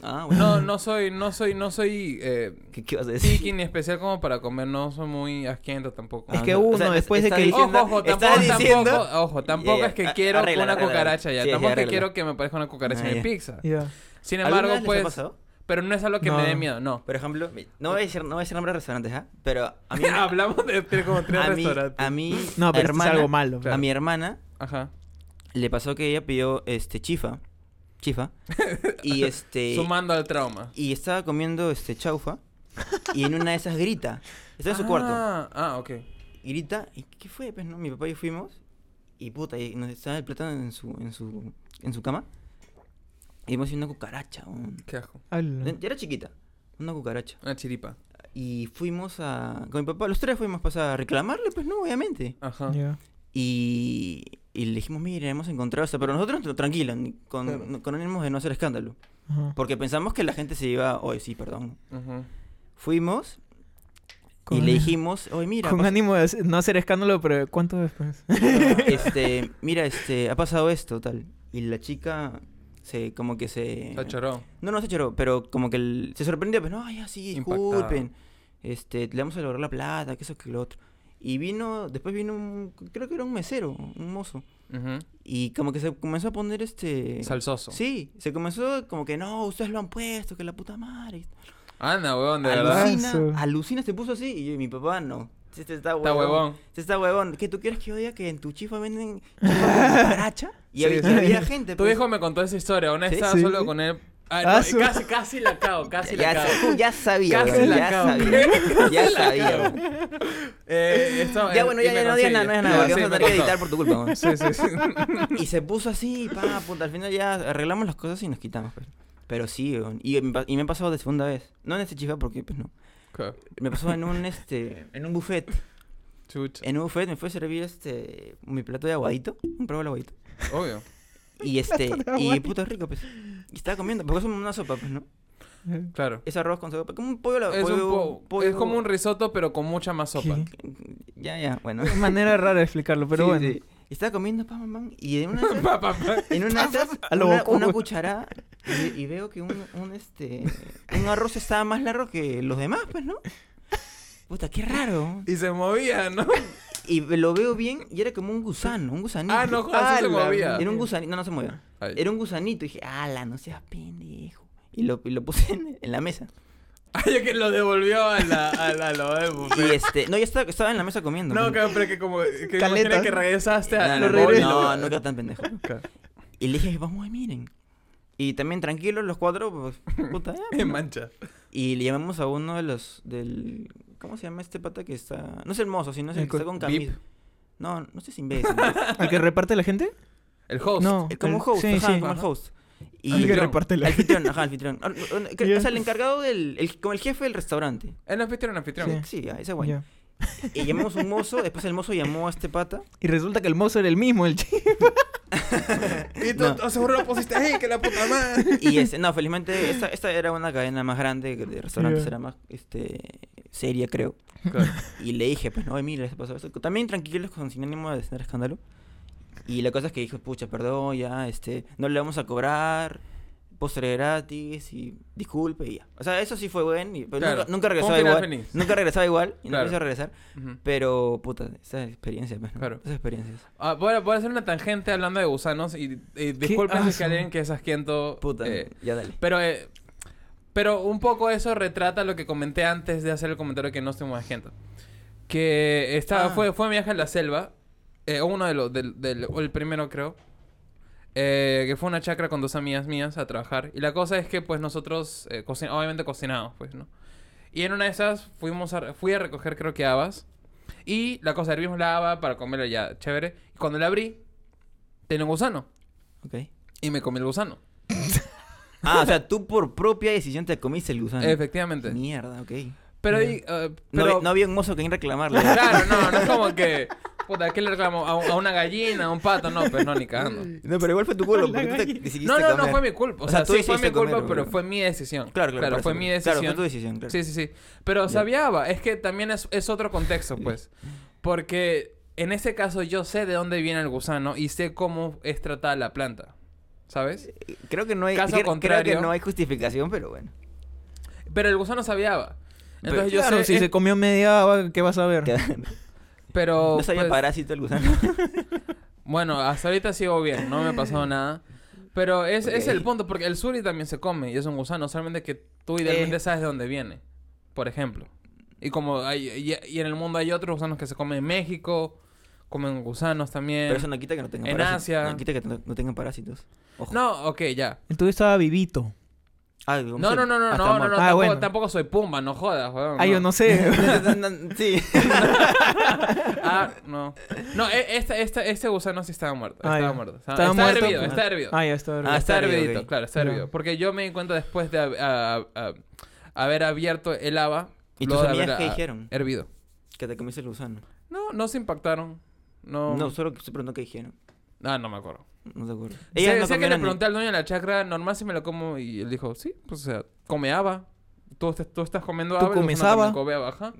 Speaker 2: Ah, bueno.
Speaker 1: No, no soy, no soy, no soy eh,
Speaker 2: ¿Qué, qué vas a decir?
Speaker 1: picky ni especial como para comer, no soy muy asquiento tampoco.
Speaker 3: Es
Speaker 2: Ah,
Speaker 3: que
Speaker 2: no. O
Speaker 3: uno,
Speaker 2: sea,
Speaker 3: después de
Speaker 2: está
Speaker 3: que-
Speaker 2: diciendo-
Speaker 1: ojo, ojo,
Speaker 2: está
Speaker 1: tampoco,
Speaker 2: diciendo-
Speaker 1: tampoco, ojo, tampoco
Speaker 2: Ya, ya,
Speaker 1: es que
Speaker 2: a-
Speaker 1: quiero
Speaker 2: arregla,
Speaker 1: una
Speaker 2: arregla.
Speaker 1: cucaracha ya,
Speaker 2: Sí, sí,
Speaker 1: tampoco es que
Speaker 2: arregla.
Speaker 1: quiero que me parezca una cucaracha
Speaker 2: Ah,
Speaker 1: en mi
Speaker 2: ya.
Speaker 1: pizza.
Speaker 3: Ya.
Speaker 1: Sin
Speaker 2: ¿Alguna
Speaker 1: embargo,
Speaker 2: vez les ha
Speaker 1: pues,
Speaker 2: pasado?
Speaker 1: pero no es algo que
Speaker 3: No.
Speaker 1: me dé miedo, no.
Speaker 2: Por ejemplo, mi- no voy a decir, no voy a decir nombres de restaurantes, ¿ah? Pero a mí...
Speaker 1: Hablamos de tres- como tres
Speaker 2: a, mí
Speaker 1: restaurantes.
Speaker 2: a mí...
Speaker 3: No, pero esto
Speaker 2: hermana,
Speaker 3: es algo malo.
Speaker 2: A mi hermana
Speaker 1: Ajá.
Speaker 2: le pasó que ella pidió, este, chifa. Chifa. Y este...
Speaker 1: Sumando al trauma.
Speaker 2: y estaba comiendo, este, chaufa. Y en una de esas grita. Está en su cuarto.
Speaker 1: Ah, ah, ok.
Speaker 2: Y grita, ¿y qué fue? Pues, ¿no? Mi papá y yo fuimos. Y puta, y nos estaba el plátano en su, en su, en su cama. Y hemos sido una cucaracha, weón.
Speaker 1: Qué asco.
Speaker 3: Ala.
Speaker 2: Ya era chiquita. Una cucaracha.
Speaker 1: Una chiripa.
Speaker 2: Y fuimos a. Con mi papá, los tres fuimos pues, a reclamarle, pues no, obviamente.
Speaker 1: Ajá.
Speaker 3: Ya.
Speaker 2: Y, y le dijimos, mira, hemos encontrado esto. Pero nosotros tra- tranquilos, ni- con,
Speaker 1: Claro.
Speaker 2: con ánimos de no hacer escándalo.
Speaker 3: Ajá.
Speaker 2: Porque pensamos que la gente se iba. Oye, sí, perdón.
Speaker 1: Ujú.
Speaker 2: Fuimos y
Speaker 3: Con-
Speaker 2: le dijimos, oye, mira.
Speaker 3: Con
Speaker 2: pas-
Speaker 3: ánimo de hacer- no hacer escándalo, pero ¿cuánto después?
Speaker 2: este, mira, este, ha pasado esto, tal. Y la chica se, como que se.
Speaker 1: Se achoró.
Speaker 2: No, no se choró, pero como que el- se sorprendió, pero no, ay, ya sí,
Speaker 1: Impactada.
Speaker 2: disculpen. Este, le vamos a lograr la plata, que eso, que lo otro. Y vino, después vino un, creo que era un mesero, un mozo.
Speaker 1: Ujú.
Speaker 2: Y como que se comenzó a poner este...
Speaker 1: Salsoso.
Speaker 2: Sí, se comenzó como que no, ustedes lo han puesto, que la puta madre.
Speaker 1: Anda, huevón, de verdad.
Speaker 2: Alucina,
Speaker 3: Eso.
Speaker 2: alucina, se puso así. Y yo, mi papá no. Este está huevón.
Speaker 1: Está huevón.
Speaker 2: Este está huevón. ¿Qué tú quieres que yo diga que en tu chifa venden chifa con cucaracha? Y,
Speaker 1: Sí,
Speaker 2: había, y
Speaker 1: sí.
Speaker 2: había gente.
Speaker 1: Tu
Speaker 2: pues.
Speaker 1: hijo me contó esa historia. Una vez
Speaker 2: ¿Sí?
Speaker 1: estaba
Speaker 3: Sí.
Speaker 1: solo con él. Ah,
Speaker 3: Ah,
Speaker 1: no,
Speaker 3: su-
Speaker 1: casi, casi la cago, casi la
Speaker 2: Ya,
Speaker 1: cago.
Speaker 2: sa- ya sabía,
Speaker 1: Casi
Speaker 2: weón,
Speaker 1: la
Speaker 2: ya
Speaker 1: cago.
Speaker 2: sabía, ya
Speaker 1: la
Speaker 2: sabía.
Speaker 1: cago.
Speaker 2: weón.
Speaker 1: Eh, esto-
Speaker 2: Ya
Speaker 1: él-
Speaker 2: bueno,
Speaker 1: y
Speaker 2: ya,
Speaker 1: me
Speaker 2: ya no
Speaker 1: consigue.
Speaker 2: digas nada, no digas nada,
Speaker 1: Ya,
Speaker 2: porque
Speaker 1: sí,
Speaker 2: vamos a
Speaker 1: me
Speaker 2: tener que
Speaker 1: contó.
Speaker 2: editar por tu culpa. weón.
Speaker 1: Sí, sí, sí.
Speaker 2: Y se puso así, pa, puta, al final ya arreglamos las cosas y nos quitamos. pues. Pero sí, weón, y, me pa- y me ha pasado de segunda vez. No en este chifa porque pues no.
Speaker 1: Ok,
Speaker 2: Me pasó en un este, en un buffet.
Speaker 1: Chucha.
Speaker 2: En un buffet me fue a servir este mi plato de aguadito, un plato de aguadito.
Speaker 1: Obvio.
Speaker 2: Y este,
Speaker 3: Plato de
Speaker 2: y
Speaker 3: aguadito.
Speaker 2: puta rico pues. Y estaba comiendo, porque es una sopa, pues, ¿no?
Speaker 1: Claro.
Speaker 2: Es arroz con sopa, como un pollo a la
Speaker 1: Es, un
Speaker 2: Eh, pollo-
Speaker 1: po-
Speaker 2: pollo-
Speaker 1: es como un risotto, pero con mucha más sopa.
Speaker 3: ¿Qué?
Speaker 2: Ya, ya, bueno.
Speaker 3: Es manera rara de explicarlo, pero
Speaker 2: Sí,
Speaker 3: bueno.
Speaker 2: sí. Y Estaba comiendo pam, pam, pam, y en una de esas-
Speaker 1: Pa, pa, pa.
Speaker 2: en una, de esas,
Speaker 3: A lo
Speaker 2: una,
Speaker 3: Goku.
Speaker 2: una cucharada y, y veo que un, un, este un arroz estaba más largo que los demás, pues, ¿no? Puta, qué raro.
Speaker 1: Y se movía, ¿no?
Speaker 2: Y lo veo bien y era como un gusano, un gusanito.
Speaker 1: Ah, no, jodas, sí se
Speaker 3: ala,
Speaker 1: movía.
Speaker 2: Era un gusanito, no, no se movía.
Speaker 1: Ay.
Speaker 2: Era un gusanito y dije, ala, no seas pendejo. Y lo, y lo puse en, en la mesa.
Speaker 1: Ay, es que lo devolvió a la, a la, a lo del
Speaker 2: Y
Speaker 1: buffet.
Speaker 2: este, no, yo estaba, estaba en la mesa comiendo.
Speaker 1: No,
Speaker 2: pues.
Speaker 1: cabrón, pero que como... Que
Speaker 3: Caleta.
Speaker 1: imagina que regresaste a...
Speaker 2: no,
Speaker 1: lo
Speaker 2: no, no,
Speaker 1: regresó.
Speaker 2: no, no queda tan pendejo.
Speaker 1: Claro.
Speaker 2: Y le dije, vamos, miren. Y también tranquilos los cuatro, pues, puta, ya, pues,
Speaker 1: En
Speaker 2: ¿no?
Speaker 1: mancha.
Speaker 2: Y le llamamos a uno de los del ¿cómo se llama este pata que está? No es el mozo, sino es el,
Speaker 3: El
Speaker 2: que está
Speaker 3: co-
Speaker 2: con
Speaker 1: ¿Vip?
Speaker 2: camisa. No, no sé si imbécil.
Speaker 3: ¿Al que reparte la gente?
Speaker 1: El host.
Speaker 3: No.
Speaker 2: El- como
Speaker 3: el-
Speaker 2: host,
Speaker 3: sí,
Speaker 2: ajá,
Speaker 3: sí.
Speaker 2: como el
Speaker 1: Ajá.
Speaker 2: host.
Speaker 3: Al
Speaker 2: Y
Speaker 3: que
Speaker 1: Anfitrión.
Speaker 3: reparte la gente.
Speaker 2: anfitrión, ajá, anfitrión. Ah, ah, ah, que-
Speaker 3: Ya.
Speaker 2: O sea, el encargado del el, como el jefe del restaurante.
Speaker 1: El anfitrión, el anfitrión.
Speaker 3: Sí.
Speaker 2: Sí, ah, ese güey.
Speaker 3: Ya.
Speaker 2: Y llamamos a un mozo, después el mozo llamó a este pata.
Speaker 3: Y resulta que el mozo era el mismo, el chico.
Speaker 1: Y tú
Speaker 2: No.
Speaker 1: seguro lo pusiste, ¡eh, que la puta madre!
Speaker 2: Y este, no, felizmente esta, esta era una cadena más grande de restaurantes,
Speaker 3: Ya.
Speaker 2: era más este seria, creo.
Speaker 1: Claro.
Speaker 2: Y le dije, pues no, ay, mira, se pasó esto. También tranquilos, con sin ánimo de tener escándalo. Y la cosa es que dijo, pucha, perdón, ya, este, no le vamos a cobrar, postre gratis, y disculpe, y ya. O sea, eso sí fue bueno, y- pero
Speaker 1: Claro, fue
Speaker 2: nunca, nunca
Speaker 1: un
Speaker 2: regresaba
Speaker 1: final
Speaker 2: igual.
Speaker 1: feliz.
Speaker 2: Nunca regresaba igual, y
Speaker 1: Claro.
Speaker 2: no quiso regresar.
Speaker 1: Ujú.
Speaker 2: Pero, puta, esa experiencia, pues, ¿no?
Speaker 1: Claro.
Speaker 2: Esas experiencias.
Speaker 1: Ah, voy, a, voy a hacer una tangente hablando de gusanos y, y disculpen si es que
Speaker 3: asco.
Speaker 1: alguien que es asquiento.
Speaker 2: Puta,
Speaker 1: eh,
Speaker 2: ya dale.
Speaker 1: pero, eh, pero un poco eso retrata lo que comenté antes de hacer el comentario que no estoy muy asquiento. Que estaba,
Speaker 2: Ah.
Speaker 1: fue, fue un viaje a la selva. eh, uno de los, del, del- o el primero creo. eh, que fue una chacra con dos amigas mías a trabajar. Y la cosa es que pues nosotros, eh, cocin- obviamente cocinamos, pues, ¿no? Y en una de esas fuimos a, fui a recoger creo que habas. Y la cosa, hervimos la haba para comerla ya, chévere. Y cuando la abrí, tenía un gusano.
Speaker 2: Ok.
Speaker 1: Y me comí el gusano.
Speaker 2: Ah, o sea, tú por propia decisión te comiste el gusano.
Speaker 1: Efectivamente.
Speaker 2: Mierda, ok.
Speaker 1: Pero,
Speaker 3: Ya.
Speaker 1: di- eh,
Speaker 2: Mm. No,
Speaker 1: pero
Speaker 2: había- no había un mozo que ir reclamarle.
Speaker 1: Claro, no, no es como que... Puta, ¿qué le reclamo? ¿A, un- a una gallina? ¿A un pato? No, pues no, ni cagando.
Speaker 2: No, pero igual fue tu culo,
Speaker 3: La
Speaker 2: porque tú te
Speaker 3: gallina.
Speaker 2: decidiste
Speaker 1: No, no, no
Speaker 2: comer.
Speaker 1: fue mi culpa. O
Speaker 2: O
Speaker 1: sea,
Speaker 2: sea, tú
Speaker 1: sí fue mi
Speaker 2: decidiste
Speaker 1: culpa,
Speaker 2: comer,
Speaker 1: pero
Speaker 2: bro.
Speaker 1: fue mi decisión.
Speaker 2: Claro, claro. por
Speaker 1: fue
Speaker 2: eso,
Speaker 1: mi
Speaker 2: claro,
Speaker 1: decisión.
Speaker 2: fue tu decisión, claro.
Speaker 1: Sí, sí, sí. Pero sabiaba, es que también es, es otro contexto,
Speaker 2: Mm.
Speaker 1: pues. Porque en ese caso yo sé de dónde viene el gusano y sé cómo es tratada la planta. ¿Sabes?
Speaker 2: Eh, Creo que no hay,
Speaker 1: Caso
Speaker 2: cre- creo
Speaker 1: contrario.
Speaker 2: que no hay justificación, pero bueno.
Speaker 1: Pero el gusano sabiaba. Entonces yo
Speaker 3: Claro,
Speaker 1: sé.
Speaker 3: si
Speaker 2: eh.
Speaker 1: es-
Speaker 3: se comió media haba, ¿qué vas a ver?
Speaker 1: Pero.
Speaker 2: no sabía
Speaker 1: pues,
Speaker 2: parásito el gusano.
Speaker 1: Bueno, hasta ahorita sigo bien, no me ha pasado nada. Pero es, es
Speaker 2: Ok.
Speaker 1: el punto, porque el suri también se come y es un gusano, solamente que tú idealmente
Speaker 2: Eh.
Speaker 1: sabes de dónde viene, por ejemplo. Y como hay, y, y en el mundo hay otros gusanos que se comen en México, comen gusanos también.
Speaker 2: pero eso no quita que no tengan
Speaker 1: En
Speaker 2: parásitos.
Speaker 1: Asia.
Speaker 2: No quita que no, no tengan parásitos. Ojo.
Speaker 1: No, ok, ya.
Speaker 3: El tuyo estaba vivito.
Speaker 2: Ah, digamos
Speaker 1: No,
Speaker 2: que
Speaker 1: no, no, no, no,
Speaker 2: hasta
Speaker 1: no, no,
Speaker 2: muerto.
Speaker 1: tampoco,
Speaker 3: Ah, bueno.
Speaker 1: tampoco soy Pumba, no jodas, weón.
Speaker 3: Ah, yo no sé.
Speaker 2: No, no, no, sí.
Speaker 1: Ah, no. No, e- esta, esta, este gusano sí estaba muerto.
Speaker 3: Ah,
Speaker 1: estaba
Speaker 3: ya.
Speaker 1: muerto. Estaba,
Speaker 3: Estaba
Speaker 1: estaba
Speaker 3: muerto,
Speaker 1: hervido,
Speaker 3: pues.
Speaker 1: estaba hervido.
Speaker 3: ah, ya está.
Speaker 2: Ah,
Speaker 3: Ah,
Speaker 1: está
Speaker 2: está hervido,
Speaker 1: hervidito,
Speaker 2: ok.
Speaker 1: claro, está
Speaker 3: Ya.
Speaker 1: hervido. Porque yo me di cuenta después de hab- a- a- haber abierto el haba.
Speaker 2: ¿Y
Speaker 1: luego
Speaker 2: tus
Speaker 1: de
Speaker 2: amigas
Speaker 1: haber,
Speaker 2: qué
Speaker 1: ah,
Speaker 2: dijeron?
Speaker 1: Hervido.
Speaker 2: Que te comiste el gusano.
Speaker 1: No, no se impactaron. No.
Speaker 2: No, solo que se preguntó qué dijeron.
Speaker 1: Ah, no me acuerdo.
Speaker 2: No te acuerdo.
Speaker 1: Sé-
Speaker 2: Ellas no
Speaker 1: sé que le
Speaker 2: comieron ni-
Speaker 1: pregunté al dueño de la chacra, normal si me lo como. Y él dijo, sí, pues o sea, come haba. Tú, est- tú estás comiendo
Speaker 3: Tú
Speaker 1: haba. el
Speaker 3: comes
Speaker 1: gusano
Speaker 3: haba.
Speaker 1: también come haba, ajá.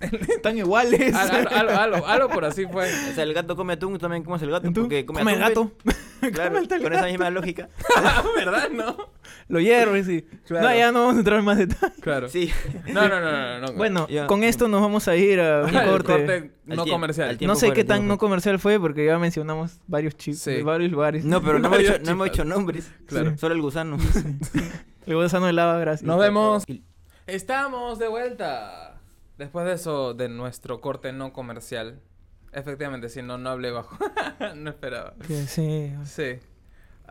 Speaker 3: Están iguales.
Speaker 1: Al- al- Algo, algo, algo por así fue.
Speaker 2: O sea, el gato come atún, tú también comes el gato.
Speaker 3: ¿Tú?
Speaker 2: Porque come,
Speaker 3: Come
Speaker 2: atún,
Speaker 3: gato.
Speaker 2: pues. Claro,
Speaker 3: Come el
Speaker 2: con esa
Speaker 3: gato.
Speaker 2: misma lógica.
Speaker 1: Ah, ¿Verdad? No.
Speaker 3: Lo hierves y...
Speaker 1: Claro.
Speaker 3: No, ya no vamos a entrar en más detalle.
Speaker 1: Claro.
Speaker 2: Sí.
Speaker 1: No, no, no, no, no, no.
Speaker 3: Bueno,
Speaker 2: Ya.
Speaker 3: con esto nos vamos a ir a un
Speaker 1: Ajá, el
Speaker 3: corte.
Speaker 1: corte no
Speaker 2: Al tiempo,
Speaker 1: comercial.
Speaker 2: al tiempo.
Speaker 3: No sé
Speaker 2: fuera,
Speaker 3: qué
Speaker 2: tiempo
Speaker 3: tan no
Speaker 2: fuera.
Speaker 3: comercial fue porque ya mencionamos varios chicos,
Speaker 1: Sí.
Speaker 3: varios lugares.
Speaker 2: No, pero no hemos,
Speaker 1: Varios
Speaker 2: hecho, no hemos
Speaker 1: chicas.
Speaker 2: hecho nombres.
Speaker 1: Claro.
Speaker 2: Solo el gusano.
Speaker 3: El gusano de lava, gracias.
Speaker 1: Nos vemos.
Speaker 2: Y-
Speaker 1: Estamos de vuelta. Después de eso, de nuestro corte no comercial. Efectivamente, si no, no hablé bajo. no esperaba.
Speaker 3: Sí, sí.
Speaker 1: Sí.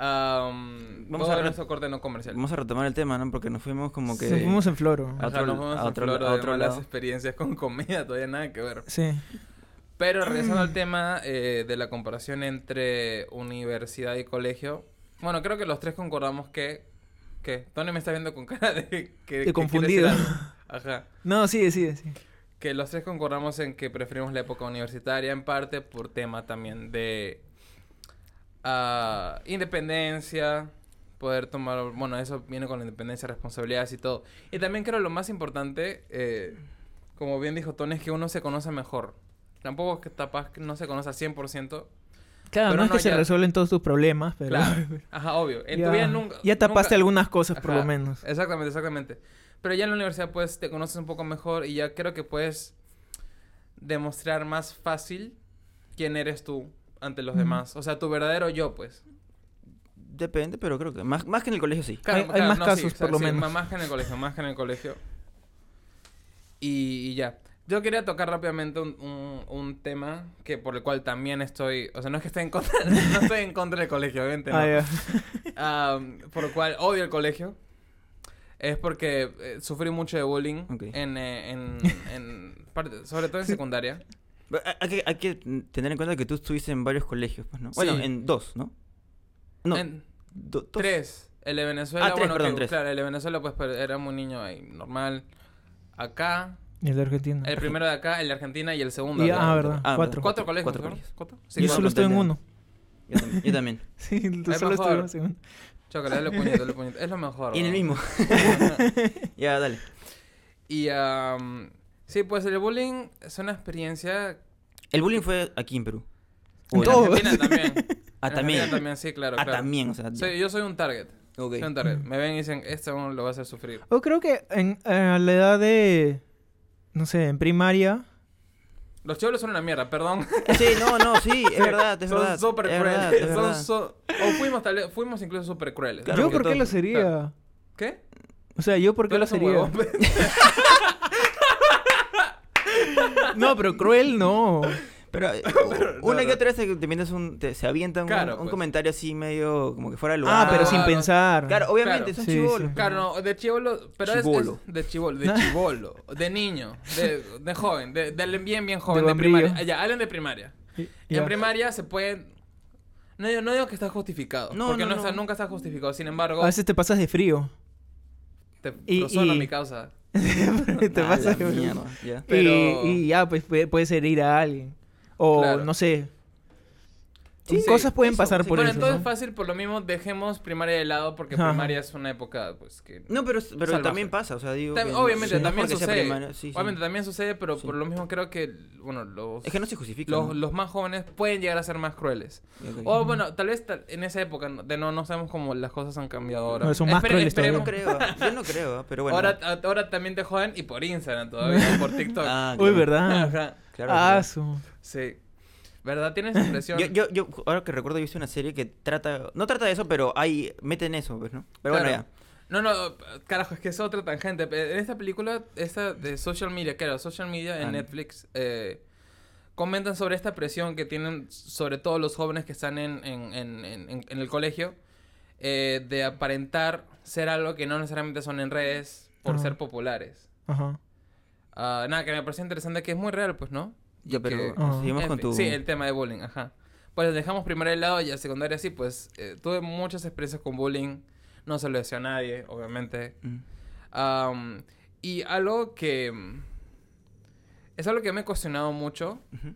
Speaker 1: Am,
Speaker 2: Vamos
Speaker 1: vamos a
Speaker 2: a
Speaker 1: ver
Speaker 2: re-
Speaker 1: nuestro corte no comercial.
Speaker 2: Vamos a retomar el tema, ¿no? Porque nos fuimos como que...
Speaker 3: Nos fuimos en floro.
Speaker 1: Ajá,
Speaker 2: otro-
Speaker 1: nos vamos
Speaker 2: a
Speaker 1: a
Speaker 2: otro-
Speaker 1: floro
Speaker 2: a
Speaker 1: de
Speaker 2: otro
Speaker 1: malas
Speaker 2: lado.
Speaker 1: experiencias con comida, todavía nada que ver.
Speaker 3: Sí.
Speaker 1: Pero regresando al tema eh, de la comparación entre universidad y colegio. Bueno, creo que los tres concordamos que... ¿Qué? Tony me está viendo con cara de... Que, que quiere decir
Speaker 3: confundido.
Speaker 1: algo. Ajá.
Speaker 3: No, sí, sí, sí.
Speaker 1: Que los tres concordamos en que preferimos la época universitaria en parte por tema también de ah, independencia, poder tomar, bueno, eso viene con la independencia, responsabilidades y todo. Y también creo lo más importante, eh, como bien dijo Tony, es que uno se conoce mejor. Tampoco es que capaz que no se conoce al 100%.
Speaker 3: Claro,
Speaker 1: Pero
Speaker 3: no es
Speaker 1: no,
Speaker 3: que se
Speaker 1: ya-
Speaker 3: resuelven todos tus problemas, pero.
Speaker 1: Claro. Ajá, obvio. En tu
Speaker 3: ya,
Speaker 1: vida nunca...
Speaker 3: ya
Speaker 1: nunca-
Speaker 3: tapaste algunas cosas, por
Speaker 1: Ajá,
Speaker 3: lo menos.
Speaker 1: Exactamente, exactamente. Pero ya en la universidad, pues, te conoces un poco mejor y ya creo que puedes demostrar más fácil quién eres tú ante los
Speaker 3: Ujú.
Speaker 1: demás. O sea, tu verdadero yo, pues.
Speaker 2: Depende, pero creo que más, más que en el colegio sí.
Speaker 3: Hay- hay más casos,
Speaker 1: o sea,
Speaker 3: por lo menos.
Speaker 1: ma- Más que en el colegio, más que en el colegio. Y, y ya. Yo quería tocar rápidamente un, un- un tema que por el cual también estoy... O sea, no es que esté en contra... no estoy en contra del colegio, obviamente. no.
Speaker 3: Ah, ya.
Speaker 1: Am, por lo cual odio el colegio. Es porque eh, sufrí mucho de bullying
Speaker 2: Ok.
Speaker 1: en, eh, en, en parte- sobre todo en secundaria.
Speaker 2: Pero hay- Hay que, hay que tener en cuenta que tú estuviste en varios colegios, pues, ¿no? Bueno,
Speaker 1: Sí.
Speaker 2: en dos, ¿no? No,
Speaker 1: en
Speaker 2: do- dos.
Speaker 1: tres. El de Venezuela,
Speaker 2: Ah, tres,
Speaker 1: bueno,
Speaker 2: perdón,
Speaker 1: que-
Speaker 2: tres.
Speaker 1: claro, el de Venezuela pues pero era un niño ahí normal. Acá,
Speaker 3: Y el de Argentina.
Speaker 1: el primero de acá, el de Argentina y el segundo.
Speaker 3: Y-
Speaker 1: acá.
Speaker 3: ah, verdad.
Speaker 2: Ah,
Speaker 3: cuatro.
Speaker 1: Cuatro colegios.
Speaker 2: Cuatro
Speaker 1: ¿no?
Speaker 2: colegios.
Speaker 1: ¿Cuatro? Sí,
Speaker 3: Yo
Speaker 1: cuatro.
Speaker 3: solo estoy en uno.
Speaker 2: Yo también. yo también.
Speaker 3: Sí, tú
Speaker 1: Es
Speaker 3: solo
Speaker 1: mejor.
Speaker 3: estuvimos en uno.
Speaker 1: Chócala, dale puñito, dale puñito. Es lo mejor.
Speaker 2: Y en el
Speaker 1: ¿no?
Speaker 2: mismo. ya, dale.
Speaker 1: Y am, sí, pues el bullying es una experiencia...
Speaker 2: El bullying fue aquí en Perú.
Speaker 3: En
Speaker 2: O
Speaker 3: todo.
Speaker 1: Argentina también.
Speaker 2: Ah,
Speaker 1: En
Speaker 2: también.
Speaker 1: Argentina también, sí, claro,
Speaker 2: Ah,
Speaker 1: claro.
Speaker 2: también, o sea.
Speaker 1: Soy- yo soy un target.
Speaker 2: ok.
Speaker 1: Soy un target. Me ven y dicen, este uno lo va a hacer sufrir.
Speaker 3: Yo creo que en, eh, a la edad de. No sé, en primaria.
Speaker 1: Los chivolos son una mierda, perdón.
Speaker 2: Sí, no, no, sí, es verdad, es
Speaker 1: son
Speaker 2: verdad.
Speaker 1: súper
Speaker 2: es
Speaker 1: crueles.
Speaker 2: verdad, es
Speaker 1: son
Speaker 2: verdad.
Speaker 1: so- o fuimos, tal vez, fuimos incluso súper crueles.
Speaker 2: Claro,
Speaker 3: yo
Speaker 2: porque
Speaker 3: por qué
Speaker 2: todo-
Speaker 3: lo sería.
Speaker 1: claro. ¿Qué?
Speaker 3: O sea, yo por
Speaker 1: Tú
Speaker 3: qué lo
Speaker 1: eres un
Speaker 3: sería.
Speaker 1: huevón, pe-
Speaker 3: No, pero cruel no.
Speaker 2: Pero, eh,
Speaker 1: no,
Speaker 2: una
Speaker 1: no.
Speaker 2: que otra vez te, te mientas un, te- se avientan un-
Speaker 1: Claro,
Speaker 2: un,
Speaker 1: pues.
Speaker 2: comentario así medio como que fuera de lugar.
Speaker 3: Ah, pero sin
Speaker 1: no.
Speaker 3: pensar.
Speaker 2: Claro, obviamente,
Speaker 1: Claro.
Speaker 2: son
Speaker 3: Sí,
Speaker 2: chibolos.
Speaker 3: sí.
Speaker 1: Claro, no, de chivolo, pero es-
Speaker 2: Chibolo.
Speaker 1: es, de chivolo, de chivolo, de niño, de, de joven, de, de bien, bien joven,
Speaker 3: De
Speaker 1: de,
Speaker 3: bambrillo.
Speaker 1: primaria. Ah, Ya, hablen de primaria.
Speaker 3: Ya.
Speaker 1: En primaria se pueden... No, digo- no digo que está justificado,
Speaker 2: No,
Speaker 1: porque
Speaker 2: no,
Speaker 1: no,
Speaker 2: no.
Speaker 1: está- nunca está justificado. Sin embargo,
Speaker 3: A veces te pasas de frío.
Speaker 1: te
Speaker 3: y-
Speaker 1: solo
Speaker 3: y-
Speaker 1: mi causa.
Speaker 3: te
Speaker 2: Ah,
Speaker 3: pasas de
Speaker 2: la
Speaker 3: frío.
Speaker 2: mierda, ya.
Speaker 3: Y-
Speaker 1: Pero-
Speaker 3: Y, ya, pues puede, puedes herir a alguien. O
Speaker 1: Claro.
Speaker 3: no sé.
Speaker 1: Sí,
Speaker 3: cosas pueden
Speaker 2: eso,
Speaker 3: pasar
Speaker 2: sí.
Speaker 3: por
Speaker 1: bueno,
Speaker 3: eso.
Speaker 1: entonces
Speaker 3: ¿no?
Speaker 1: es fácil, por lo mismo dejemos primaria de lado porque
Speaker 3: Ajá.
Speaker 1: primaria es una época, pues que...
Speaker 2: No, pero, pero
Speaker 1: Salvaje.
Speaker 2: también pasa, o sea, digo.
Speaker 1: Tam-
Speaker 2: que no-
Speaker 1: obviamente
Speaker 2: no es
Speaker 1: también
Speaker 2: porque sea
Speaker 1: sucede.
Speaker 2: primario, sí, sí.
Speaker 1: Obviamente también sucede, pero
Speaker 2: Sí.
Speaker 1: por lo mismo creo que, bueno, los,
Speaker 2: Es que no se justifica.
Speaker 1: los,
Speaker 2: ¿no?
Speaker 1: los más jóvenes pueden llegar a ser más crueles.
Speaker 2: Ok.
Speaker 1: O bueno, tal vez tal- en esa época, no- de no, no sabemos cómo las cosas han cambiado ahora.
Speaker 3: No, son más crueles
Speaker 2: yo no
Speaker 1: esperemos-
Speaker 2: creo, ah, yo no creo, ah, pero bueno.
Speaker 1: ahora, a- ahora también te joden y por Instagram todavía, por TikTok.
Speaker 2: Ah,
Speaker 3: Uy,
Speaker 2: claro,
Speaker 3: ¿verdad?
Speaker 1: Ajá.
Speaker 2: claro,
Speaker 3: ah,
Speaker 2: claro.
Speaker 3: su.
Speaker 1: Sí. ¿Verdad? ¿Tienes impresión?
Speaker 2: Yo, yo, yo, ahora que recuerdo, he visto una serie que trata. No trata de eso, pero hay. Meten eso, pues, ¿no? Pero bueno,
Speaker 1: Claro. No, no, carajo, es que es otra tangente. En esta película, esta de social media, claro, social media en
Speaker 2: Ah.
Speaker 1: Netflix, eh, comentan sobre esta presión que tienen sobre todo los jóvenes que están en, en, en, en, en- en el colegio eh, de aparentar ser algo que no necesariamente son en redes por
Speaker 3: Ajá.
Speaker 1: ser populares.
Speaker 3: Ajá.
Speaker 1: Ah, nada, que me pareció interesante que es muy real, pues, ¿no?
Speaker 2: ya. Ya, pero.
Speaker 1: que-
Speaker 3: Ajá.
Speaker 2: Seguimos
Speaker 1: En
Speaker 2: con
Speaker 1: fin,
Speaker 2: tu.
Speaker 1: Sí, el tema de bullying, ajá. Pues dejamos primero el lado y el secundario sí, pues eh, tuve muchas experiencias con bullying. No se lo decía a nadie, obviamente.
Speaker 2: Mm.
Speaker 1: Am, y algo que... mm, Es algo que me he cuestionado mucho.
Speaker 2: Ujú.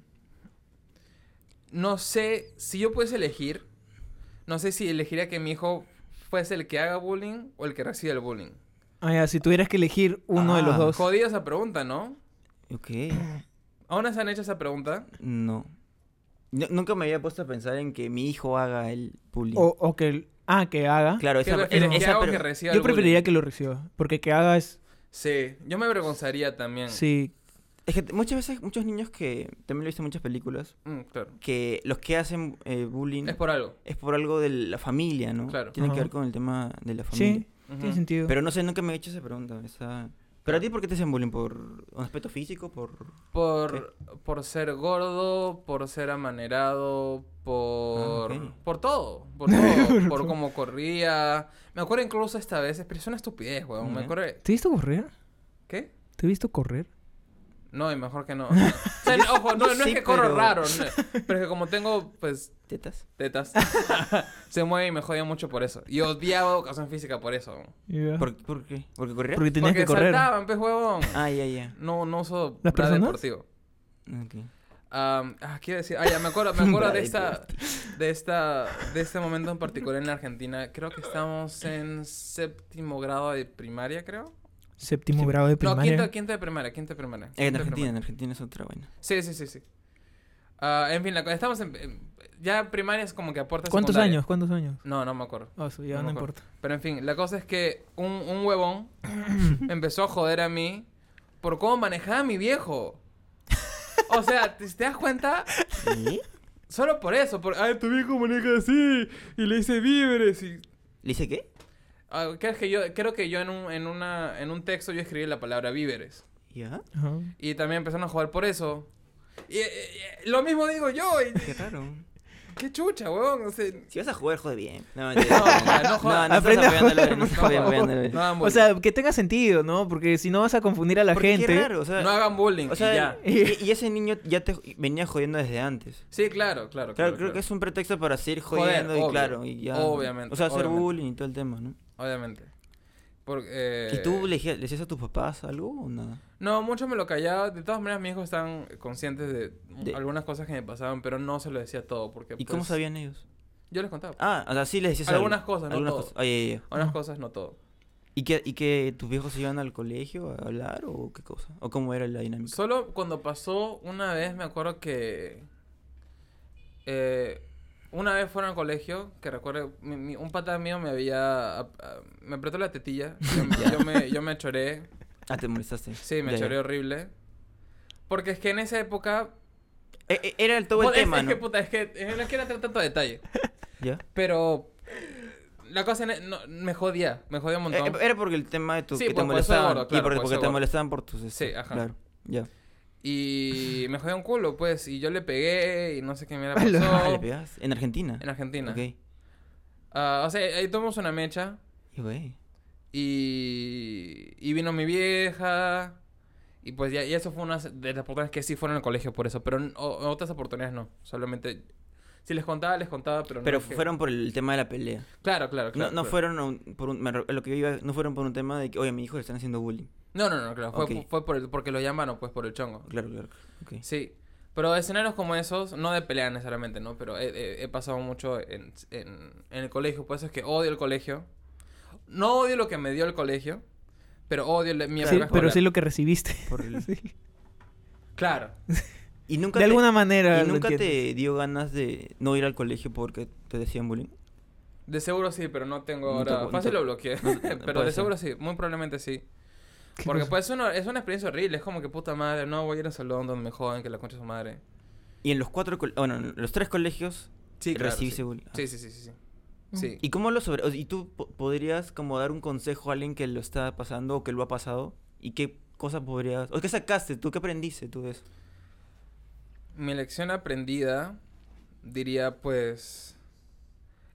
Speaker 1: No sé, si yo pudiese elegir, no sé si elegiría que mi hijo fuese el que haga bullying o el que reciba el bullying.
Speaker 3: Ah, ya, si tuvieras que elegir uno de los
Speaker 2: Ah,
Speaker 3: dos.
Speaker 1: Jodida esa pregunta, ¿no?
Speaker 2: Ok.
Speaker 1: ¿Aún no se han hecho esa pregunta?
Speaker 2: No. N- Nunca me había puesto a pensar en que mi hijo haga el bullying.
Speaker 3: O, o que. el- Ah, que haga.
Speaker 2: claro,
Speaker 1: ¿Qué
Speaker 2: esa,
Speaker 1: prefieres,
Speaker 2: esa-
Speaker 1: que
Speaker 2: esa
Speaker 1: haga o
Speaker 2: pre-
Speaker 1: que reciba
Speaker 3: Yo
Speaker 1: el bullying?
Speaker 3: preferiría que lo reciba. Porque que haga es.
Speaker 1: Sí, yo me avergonzaría también.
Speaker 3: Sí.
Speaker 2: Es que t- muchas veces, muchos niños que. También lo he visto en muchas películas.
Speaker 1: Mm, claro.
Speaker 2: Que los que hacen eh, bullying.
Speaker 1: Es por algo.
Speaker 2: es por algo de la familia, ¿no?
Speaker 1: Claro.
Speaker 2: Tiene que
Speaker 3: Ajá.
Speaker 2: ver con el tema de la familia.
Speaker 3: Sí,
Speaker 1: Ujú.
Speaker 3: tiene sentido.
Speaker 2: Pero no sé, nunca me he hecho esa pregunta. esa- ¿Pero a ti por qué te hacen bullying? ¿Por un aspecto físico? ¿Por...?
Speaker 1: Por, por ser gordo, por ser amanerado, por...
Speaker 2: Ah, ok.
Speaker 1: Por todo. Por todo. por
Speaker 3: todo.
Speaker 1: cómo corría. Me acuerdo incluso esta vez, pero es una estupidez, weón. Me
Speaker 2: Ya.
Speaker 1: acuerdo...
Speaker 3: ¿Te he visto correr?
Speaker 1: ¿Qué?
Speaker 3: ¿Te he visto correr?
Speaker 1: No, y mejor que no. O sea, no, ojo, no,
Speaker 2: yo
Speaker 1: no es
Speaker 2: sí,
Speaker 1: que corro
Speaker 2: pero-
Speaker 1: raro. no, pero es que como tengo, pues,
Speaker 2: ¿Tetas?
Speaker 1: tetas, se mueve y me jodía mucho por eso. Y odiaba educación física por eso.
Speaker 3: Ya.
Speaker 2: ¿Por, por qué? ¿Porque corría?
Speaker 3: Porque tenías
Speaker 1: Porque
Speaker 3: que correr.
Speaker 1: saltaban, pues, huevón.
Speaker 2: Ah, ya, ya.
Speaker 1: No, no uso
Speaker 3: ¿Las
Speaker 1: bra
Speaker 3: personas?
Speaker 1: deportivo.
Speaker 2: Ok.
Speaker 1: Am, ah, quiero decir, ah, ya me acuerdo, me acuerdo de esta, de esta, de este momento en particular en la Argentina. Creo que estamos en séptimo grado de primaria, creo.
Speaker 3: Séptimo grado de
Speaker 1: No,
Speaker 3: primaria.
Speaker 1: quinto, quinto de primaria, quinto de primaria.
Speaker 2: En
Speaker 1: quinto de
Speaker 2: Argentina, en
Speaker 1: primaria.
Speaker 2: Argentina es otra vaina.
Speaker 1: Sí, sí, sí, sí. Ah, en fin, la, co- estamos en, en- ya primaria es como que aporta
Speaker 3: ¿Cuántos
Speaker 1: secundaria.
Speaker 3: años? ¿Cuántos años?
Speaker 1: No, no me acuerdo.
Speaker 3: Ah, su, ya
Speaker 1: No
Speaker 3: no,
Speaker 1: me acuerdo.
Speaker 3: importa.
Speaker 1: Pero en fin, la cosa es que un, un huevón empezó a joder a mí por cómo manejaba mi viejo. O sea, ¿te, te das cuenta?
Speaker 2: ¿Y?
Speaker 1: Solo por eso, por, ay, tu viejo maneja así y le hice víveres y...
Speaker 2: ¿Le dice qué?
Speaker 1: Ah, creo que yo, creo que yo en un, en, una, en un texto yo escribí la palabra víveres.
Speaker 2: ¿Ya?
Speaker 3: Ajá.
Speaker 1: Y también empezaron a joder por eso. Y, eh, eh, lo mismo digo yo. y-
Speaker 2: Qué raro.
Speaker 1: qué chucha, huevón. O sea,
Speaker 2: Si vas a jugar, jode bien. No,
Speaker 1: No, no, no jodas.
Speaker 2: no,
Speaker 3: Aprende a
Speaker 2: estás apoyándolo,
Speaker 3: joder,
Speaker 2: no
Speaker 3: por
Speaker 2: estás apoyando-
Speaker 3: favor.
Speaker 2: apoyándolo.
Speaker 1: no hagan bullying.
Speaker 3: O sea, que tenga sentido, ¿no? Porque si no vas a confundir a la
Speaker 2: Porque
Speaker 3: gente.
Speaker 2: Qué raro, o sea,
Speaker 1: no hagan bullying.
Speaker 2: o
Speaker 1: y
Speaker 2: sea,
Speaker 1: ya.
Speaker 2: y, y ese niño ya te venía jodiendo desde antes.
Speaker 1: Sí, claro, claro.
Speaker 2: Claro, creo
Speaker 1: claro.
Speaker 2: que es un pretexto para seguir
Speaker 1: Joder,
Speaker 2: jodiendo y
Speaker 1: obvio,
Speaker 2: claro, y ya.
Speaker 1: obviamente,
Speaker 2: O sea, hacer
Speaker 1: obviamente.
Speaker 2: bullying y todo el tema, ¿no?
Speaker 1: Obviamente. Porque...
Speaker 2: ¿Y tú le, dije- le decías a tus papás algo o nada?
Speaker 1: No, mucho me lo callaba. De todas maneras, mis hijos estaban conscientes de,
Speaker 2: De-
Speaker 1: algunas cosas que me pasaban, pero no se lo decía todo porque...
Speaker 2: ¿Y cómo
Speaker 1: pues,
Speaker 2: sabían ellos?
Speaker 1: Yo les contaba.
Speaker 2: Ah, o sea, sí les decías algo.
Speaker 1: Algunas cosas, no
Speaker 2: Algunas
Speaker 1: todo.
Speaker 2: cosas. Ay, ay, ay.
Speaker 1: Algunas
Speaker 3: Ah.
Speaker 1: cosas, no todo.
Speaker 2: ¿Y que, ¿Y que tus viejos se iban al colegio a hablar o qué cosa? ¿O cómo era la dinámica?
Speaker 1: Solo cuando pasó una vez, me acuerdo que... eh, una vez fueron al colegio, que recuerdo, mi- mi- un pata mío me había... ap- ah, me apretó la tetilla, yo, me- yo me, yo me choré,
Speaker 2: Ah, te molestaste.
Speaker 1: sí, me
Speaker 2: Ya, ya.
Speaker 1: choré horrible. Porque es que en esa época...
Speaker 2: Eh, eh, era el todo el
Speaker 1: Bueno, Pues, es-
Speaker 2: tema,
Speaker 1: es
Speaker 2: ¿no?
Speaker 1: que, puta, es que eh, no quiero entrar tanto a detalle.
Speaker 2: ¿Ya?
Speaker 1: Pero eh, la cosa en- no, me jodía, me jodía un montón.
Speaker 2: Eh, era porque el tema de tu
Speaker 1: Sí,
Speaker 2: que te
Speaker 1: por- por eso
Speaker 2: molestaban.
Speaker 1: gordo,
Speaker 2: y
Speaker 1: claro, por
Speaker 2: porque, porque
Speaker 1: eso
Speaker 2: te
Speaker 1: gordo.
Speaker 2: molestaban por tus este,
Speaker 1: Sí, ajá.
Speaker 2: Claro. Ya.
Speaker 1: Y me jodía un culo, pues. Y yo le pegué y no sé qué mierda
Speaker 3: Ala.
Speaker 2: Ah,
Speaker 1: pasó.
Speaker 2: ¿le pegabas? En Argentina.
Speaker 1: En Argentina.
Speaker 2: Ok.
Speaker 1: Ah, o sea, ahí tomamos una mecha
Speaker 2: Y güey.
Speaker 1: y, y vino mi vieja. Y pues ya, y eso fue una de las oportunidades que sí fueron al colegio por eso. Pero en- o- otras oportunidades no. Solamente... Si les contaba, les contaba, pero no.
Speaker 2: Pero
Speaker 1: es que-
Speaker 2: fueron por el tema de la pelea.
Speaker 1: Claro, claro,
Speaker 2: No,
Speaker 1: claro.
Speaker 2: no
Speaker 1: claro.
Speaker 2: fueron a un- por un, me re- lo que yo iba, no fueron por un tema de que, oye, a mi hijo le están haciendo bullying.
Speaker 1: No, no, no, claro. Fue,
Speaker 2: Ok.
Speaker 1: fue por el, porque lo llamaron, pues, por el chongo.
Speaker 2: Claro, claro. Ok.
Speaker 1: Sí, pero escenarios como esos, no de pelea necesariamente, ¿no? Pero he, he- he pasado mucho en, en- en el colegio, por eso es que odio el colegio. No odio lo que me dio el colegio, pero odio le- mi
Speaker 3: Sí,
Speaker 1: época
Speaker 3: pero
Speaker 1: escolar.
Speaker 3: sí lo que recibiste.
Speaker 2: Por el-
Speaker 3: Sí.
Speaker 1: Claro.
Speaker 2: Y nunca
Speaker 3: De
Speaker 2: te,
Speaker 3: alguna manera.
Speaker 2: y
Speaker 3: lo
Speaker 2: nunca
Speaker 3: entiendes.
Speaker 2: te dio ganas de no ir al colegio porque te decían bullying.
Speaker 1: De seguro sí, pero no tengo
Speaker 2: No te
Speaker 1: ahora...
Speaker 2: acu- no
Speaker 1: Fácil
Speaker 2: te-
Speaker 1: lo bloqueé, pero
Speaker 2: puede
Speaker 1: de
Speaker 2: ser.
Speaker 1: seguro sí, muy probablemente sí.
Speaker 3: ¿Qué
Speaker 1: Porque
Speaker 3: cosa?
Speaker 1: pues uno, es una experiencia horrible, es como que puta madre, no voy a ir al salón donde me jodan que la concha de su madre.
Speaker 2: Y en los cuatro, col- bueno, en los tres colegios
Speaker 1: Sí, claro,
Speaker 2: recibiste
Speaker 1: sí.
Speaker 2: bullying. Ah.
Speaker 1: Sí, sí, sí, sí, sí.
Speaker 3: Mm.
Speaker 1: Sí.
Speaker 2: ¿Y cómo lo sobre... o sea, ¿Y tú po- podrías como dar un consejo a alguien que lo está pasando o que lo ha pasado? ¿Y qué cosa podrías... o qué sacaste tú? ¿Qué aprendiste tú de eso?
Speaker 1: Mi lección aprendida, diría pues...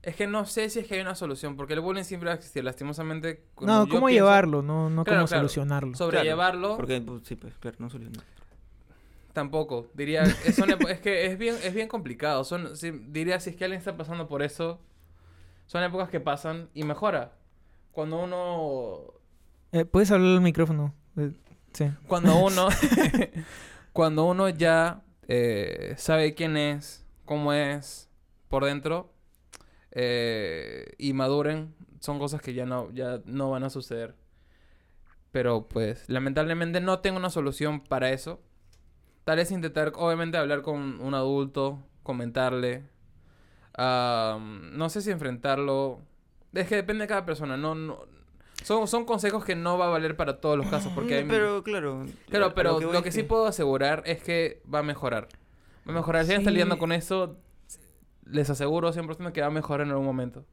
Speaker 1: Es que no sé si es que hay una solución, porque el bullying siempre va a existir, lastimosamente. como
Speaker 3: No,
Speaker 1: yo
Speaker 3: ¿cómo
Speaker 1: pienso,
Speaker 3: llevarlo? No, no
Speaker 1: Claro,
Speaker 3: cómo
Speaker 1: claro.
Speaker 3: solucionarlo.
Speaker 1: Sobrellevarlo,
Speaker 2: Porque, pues, sí, pues, claro, no solucionó.
Speaker 1: tampoco. Diría, es, son epo- es que es bien, es bien complicado. Son, sí, diría, si es que alguien está pasando por eso, son épocas que pasan y mejora. Cuando uno...
Speaker 3: Eh, Puedes hablar al micrófono. Eh, Sí.
Speaker 1: Cuando uno... cuando uno ya eh, sabe quién es, cómo es por dentro eh, y maduren, son cosas que ya no, ya no van a suceder. Pero pues lamentablemente no tengo una solución para eso. Tal vez intentar obviamente hablar con un adulto, comentarle. Ah, no sé si enfrentarlo. Es que depende de cada persona. No, no- son, son consejos que no va a valer para todos los casos. Porque hay,
Speaker 2: No, pero, claro...
Speaker 1: Claro,
Speaker 2: a
Speaker 1: pero
Speaker 2: voy
Speaker 1: lo
Speaker 2: es
Speaker 1: que sí puedo asegurar es que va a mejorar. Va a mejorar. Si alguien está
Speaker 3: Sí.
Speaker 1: lidiando con eso, les aseguro 100% que va a mejorar en algún momento.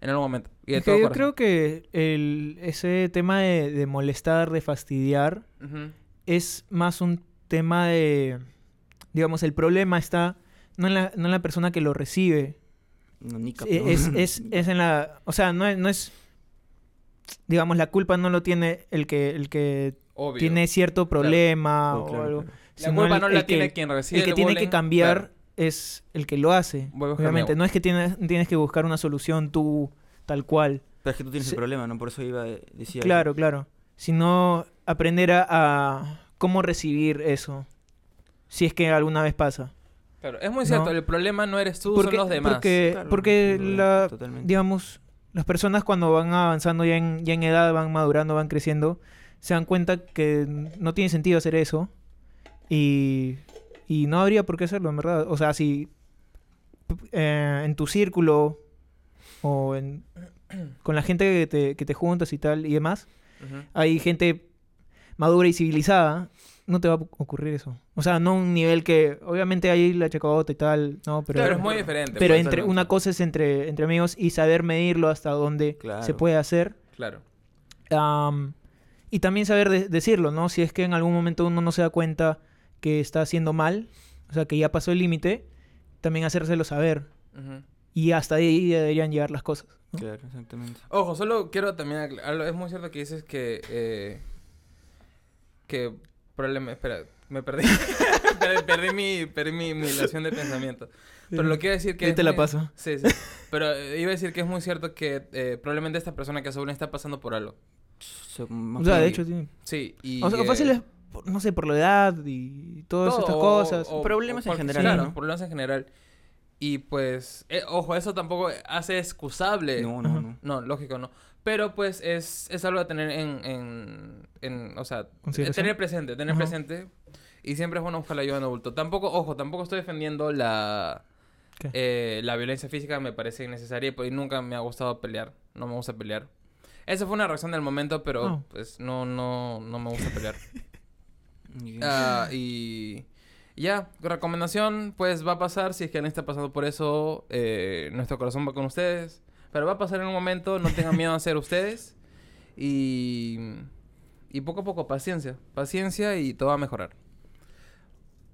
Speaker 1: En algún momento. Y de
Speaker 3: Es que
Speaker 1: todo
Speaker 3: yo
Speaker 1: corazón.
Speaker 3: creo que el, ese tema de, de molestar, de fastidiar,
Speaker 1: Ujú.
Speaker 3: es más un tema de, digamos, el problema está no en la, no en la persona que lo recibe,
Speaker 2: No, ni cap-
Speaker 3: Eh, es, es, es en la, o sea, no es, no es, digamos, la culpa no lo tiene el que, el que
Speaker 1: Obvio.
Speaker 3: tiene cierto problema
Speaker 2: Oh,
Speaker 3: o
Speaker 2: claro,
Speaker 3: algo,
Speaker 2: claro.
Speaker 1: La
Speaker 3: sino
Speaker 1: culpa
Speaker 3: el-
Speaker 1: no la
Speaker 3: el que-
Speaker 1: tiene quien recibe
Speaker 3: el que
Speaker 1: el
Speaker 3: tiene
Speaker 1: bullying,
Speaker 3: que cambiar
Speaker 1: claro.
Speaker 3: es el que lo hace.
Speaker 1: Voy a buscar mi
Speaker 3: obviamente,
Speaker 1: agua.
Speaker 3: no es que tienes, tienes que buscar una solución tú tal cual.
Speaker 2: Pero es que tú tienes
Speaker 3: Sí.
Speaker 2: el problema, ¿no? Por eso iba a decir...
Speaker 3: Claro, claro. Sino aprender a, a cómo recibir eso. Si es que alguna vez pasa.
Speaker 1: Claro, es muy cierto,
Speaker 3: No.
Speaker 1: el problema no eres tú,
Speaker 3: porque,
Speaker 1: son los demás.
Speaker 3: Porque,
Speaker 2: Claro,
Speaker 3: porque
Speaker 2: lo-
Speaker 3: la,
Speaker 2: totalmente.
Speaker 3: digamos, las personas cuando van avanzando ya en, ya en edad, van madurando, van creciendo, se dan cuenta que no tiene sentido hacer eso. Y, y no habría por qué hacerlo, en verdad. O sea, si p- eh, en tu círculo o en- con la gente que te, que te juntas y tal y demás,
Speaker 1: Ujú.
Speaker 3: hay gente madura y civilizada, no te va a ocurrir eso. O sea, no a un nivel que, obviamente hay la chacota y tal, no, pero...
Speaker 1: Pero, es muy diferente.
Speaker 3: Pero
Speaker 1: pues,
Speaker 3: entre
Speaker 1: claro.
Speaker 3: una cosa es entre, entre amigos y saber medirlo hasta dónde se
Speaker 2: Claro.
Speaker 3: puede hacer.
Speaker 1: Claro.
Speaker 3: Am, y también saber de- decirlo, ¿no? Si es que en algún momento uno no se da cuenta que está haciendo mal, o sea, que ya pasó el límite, también hacérselo saber.
Speaker 1: Ujú.
Speaker 3: Y hasta ahí ya deberían llegar las cosas. ¿no?
Speaker 2: Claro, exactamente.
Speaker 1: Ojo, solo quiero también aclararlo. Es muy cierto que dices que. eh, que. problema. Espera, me perdí. perdí, perdí mi, perdí mi, mi ilación de pensamiento. Pero lo quiero decir que.
Speaker 3: Ahí
Speaker 1: es
Speaker 3: te la
Speaker 1: muy-
Speaker 3: paso.
Speaker 1: Sí, sí. Pero eh, iba a decir que es muy cierto que eh, probablemente esta persona que sobre está pasando por algo.
Speaker 2: So-
Speaker 3: O
Speaker 2: más
Speaker 3: sea, de
Speaker 2: que-
Speaker 3: hecho, sí.
Speaker 1: Sí, y.
Speaker 3: O sea,
Speaker 1: eh,
Speaker 3: fácil es, por- no sé, por la edad y todas
Speaker 1: todo,
Speaker 3: estas
Speaker 1: o-
Speaker 3: cosas.
Speaker 1: o-
Speaker 2: Problemas
Speaker 1: o
Speaker 2: en
Speaker 1: cual-
Speaker 2: general,
Speaker 1: Claro,
Speaker 2: ¿no?
Speaker 1: problemas en general. Y pues, eh, ojo, eso tampoco hace excusable.
Speaker 2: No, no,
Speaker 3: Ajá.
Speaker 2: no.
Speaker 1: No, lógico, no. Pero pues es, es algo a tener en, en, en o sea,
Speaker 3: ¿Consideración?
Speaker 1: tener presente, tener
Speaker 3: Ajá.
Speaker 1: presente. Y siempre es bueno buscar la ayuda de un adulto. Tampoco, ojo, tampoco estoy defendiendo la,
Speaker 3: ¿Qué?
Speaker 1: eh, la violencia física, me parece innecesaria pues, y nunca me ha gustado pelear. No me gusta pelear. Esa fue una reacción del momento, pero
Speaker 3: Oh.
Speaker 1: pues no, no, no me gusta pelear.
Speaker 2: Y-
Speaker 1: Ah, y ya, recomendación, pues va a pasar, si es que alguien está pasando por eso, eh, nuestro corazón va con ustedes, pero va a pasar en un momento, no tengan miedo a ser ustedes y, y poco a poco, paciencia, paciencia y todo va a mejorar.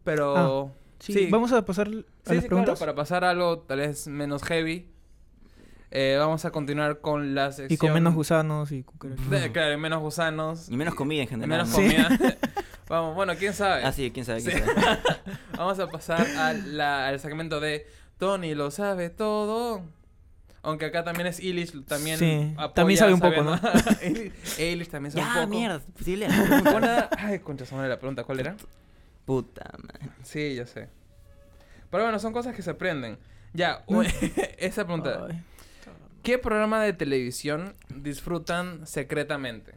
Speaker 1: Pero...
Speaker 3: Ah, Sí, Vamos a pasar a
Speaker 1: Sí,
Speaker 3: las
Speaker 1: sí, claro,
Speaker 3: preguntas.
Speaker 1: para pasar a algo tal vez menos heavy, eh, vamos a continuar con la sección...
Speaker 3: Y con menos gusanos y cucarachas.
Speaker 1: de- claro, menos gusanos.
Speaker 2: Y menos comida en general.
Speaker 1: menos
Speaker 2: ¿no?
Speaker 1: comida. vamos, bueno, quién sabe.
Speaker 2: Ah, sí, quién sabe. Quién
Speaker 1: Sí.
Speaker 2: sabe.
Speaker 1: Vamos a pasar a la- al segmento de Tony lo sabe todo. Aunque acá también es Illich, también
Speaker 3: Sí,
Speaker 1: apoya
Speaker 3: también sabe un poco,
Speaker 1: sabiendo-
Speaker 3: ¿no?
Speaker 1: Illich- Illich también sabe un
Speaker 2: ya,
Speaker 1: poco.
Speaker 2: mierda. pues sí, lea.
Speaker 1: Una- Ay, concha su madre, la pregunta, ¿cuál era?
Speaker 2: Puta madre.
Speaker 1: Sí, ya sé. Pero bueno, son cosas que se aprenden. Ya,
Speaker 3: No.
Speaker 1: esa pregunta.
Speaker 3: Ay.
Speaker 1: ¿Qué programa de televisión disfrutan secretamente?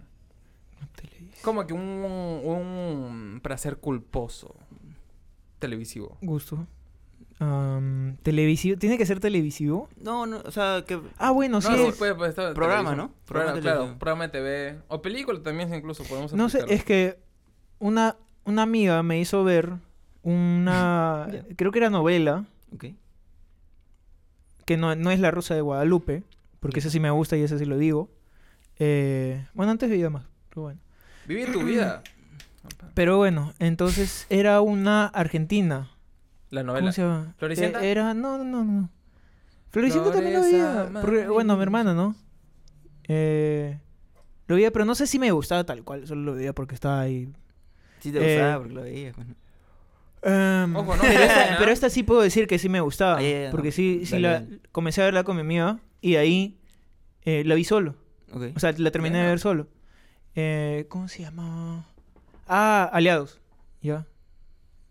Speaker 1: Como que un, un placer culposo televisivo.
Speaker 3: Gusto. Am, televisivo. ¿Tiene que ser televisivo?
Speaker 2: No, no, o sea, que.
Speaker 3: Ah, bueno,
Speaker 1: No,
Speaker 3: sí.
Speaker 1: sí,
Speaker 3: es-
Speaker 1: puede, puede estar en
Speaker 2: Programa,
Speaker 1: televisión. Programa,
Speaker 2: ¿no? Programa de
Speaker 1: claro,
Speaker 2: televisión.
Speaker 1: programa de TV. O película también, si incluso podemos
Speaker 3: no sé,
Speaker 1: aplicarlo.
Speaker 3: es que una, una amiga me hizo ver una.
Speaker 2: Ya.
Speaker 3: creo que era novela,
Speaker 2: Ok.
Speaker 3: que no, no es La Rosa de Guadalupe, porque esa sí me gusta y esa sí lo digo. Eh, bueno, antes veía más, pero bueno.
Speaker 1: Vive tu vida.
Speaker 3: Pero bueno, entonces era una argentina.
Speaker 1: La
Speaker 3: ¿Cómo
Speaker 1: novela.
Speaker 3: se llama?
Speaker 1: ¿Floricienta?
Speaker 3: Eh, Era, no, no, no, no. Floricienta también lo
Speaker 1: Flores
Speaker 3: veía. porque, bueno, mi hermana, ¿no? Eh, lo veía, pero no sé si me gustaba tal cual. Solo lo veía porque estaba ahí.
Speaker 2: Sí te
Speaker 3: Eh,
Speaker 2: gustaba porque lo pues, veías. bueno.
Speaker 3: Em,
Speaker 1: Ojo, no
Speaker 3: pero,
Speaker 1: me
Speaker 3: esta,
Speaker 1: suena.
Speaker 3: pero esta sí puedo decir que sí me gustaba.
Speaker 2: Ah, ya, ya,
Speaker 3: porque
Speaker 2: no.
Speaker 3: sí, sí
Speaker 2: Dale,
Speaker 3: la,
Speaker 2: dale.
Speaker 3: comencé a verla con mi amiga y de ahí eh, la vi solo.
Speaker 2: Ok.
Speaker 3: O sea, la terminé de
Speaker 1: Buena.
Speaker 3: ver solo. Eh, ¿Cómo se llama? Ah, Aliados. Ya.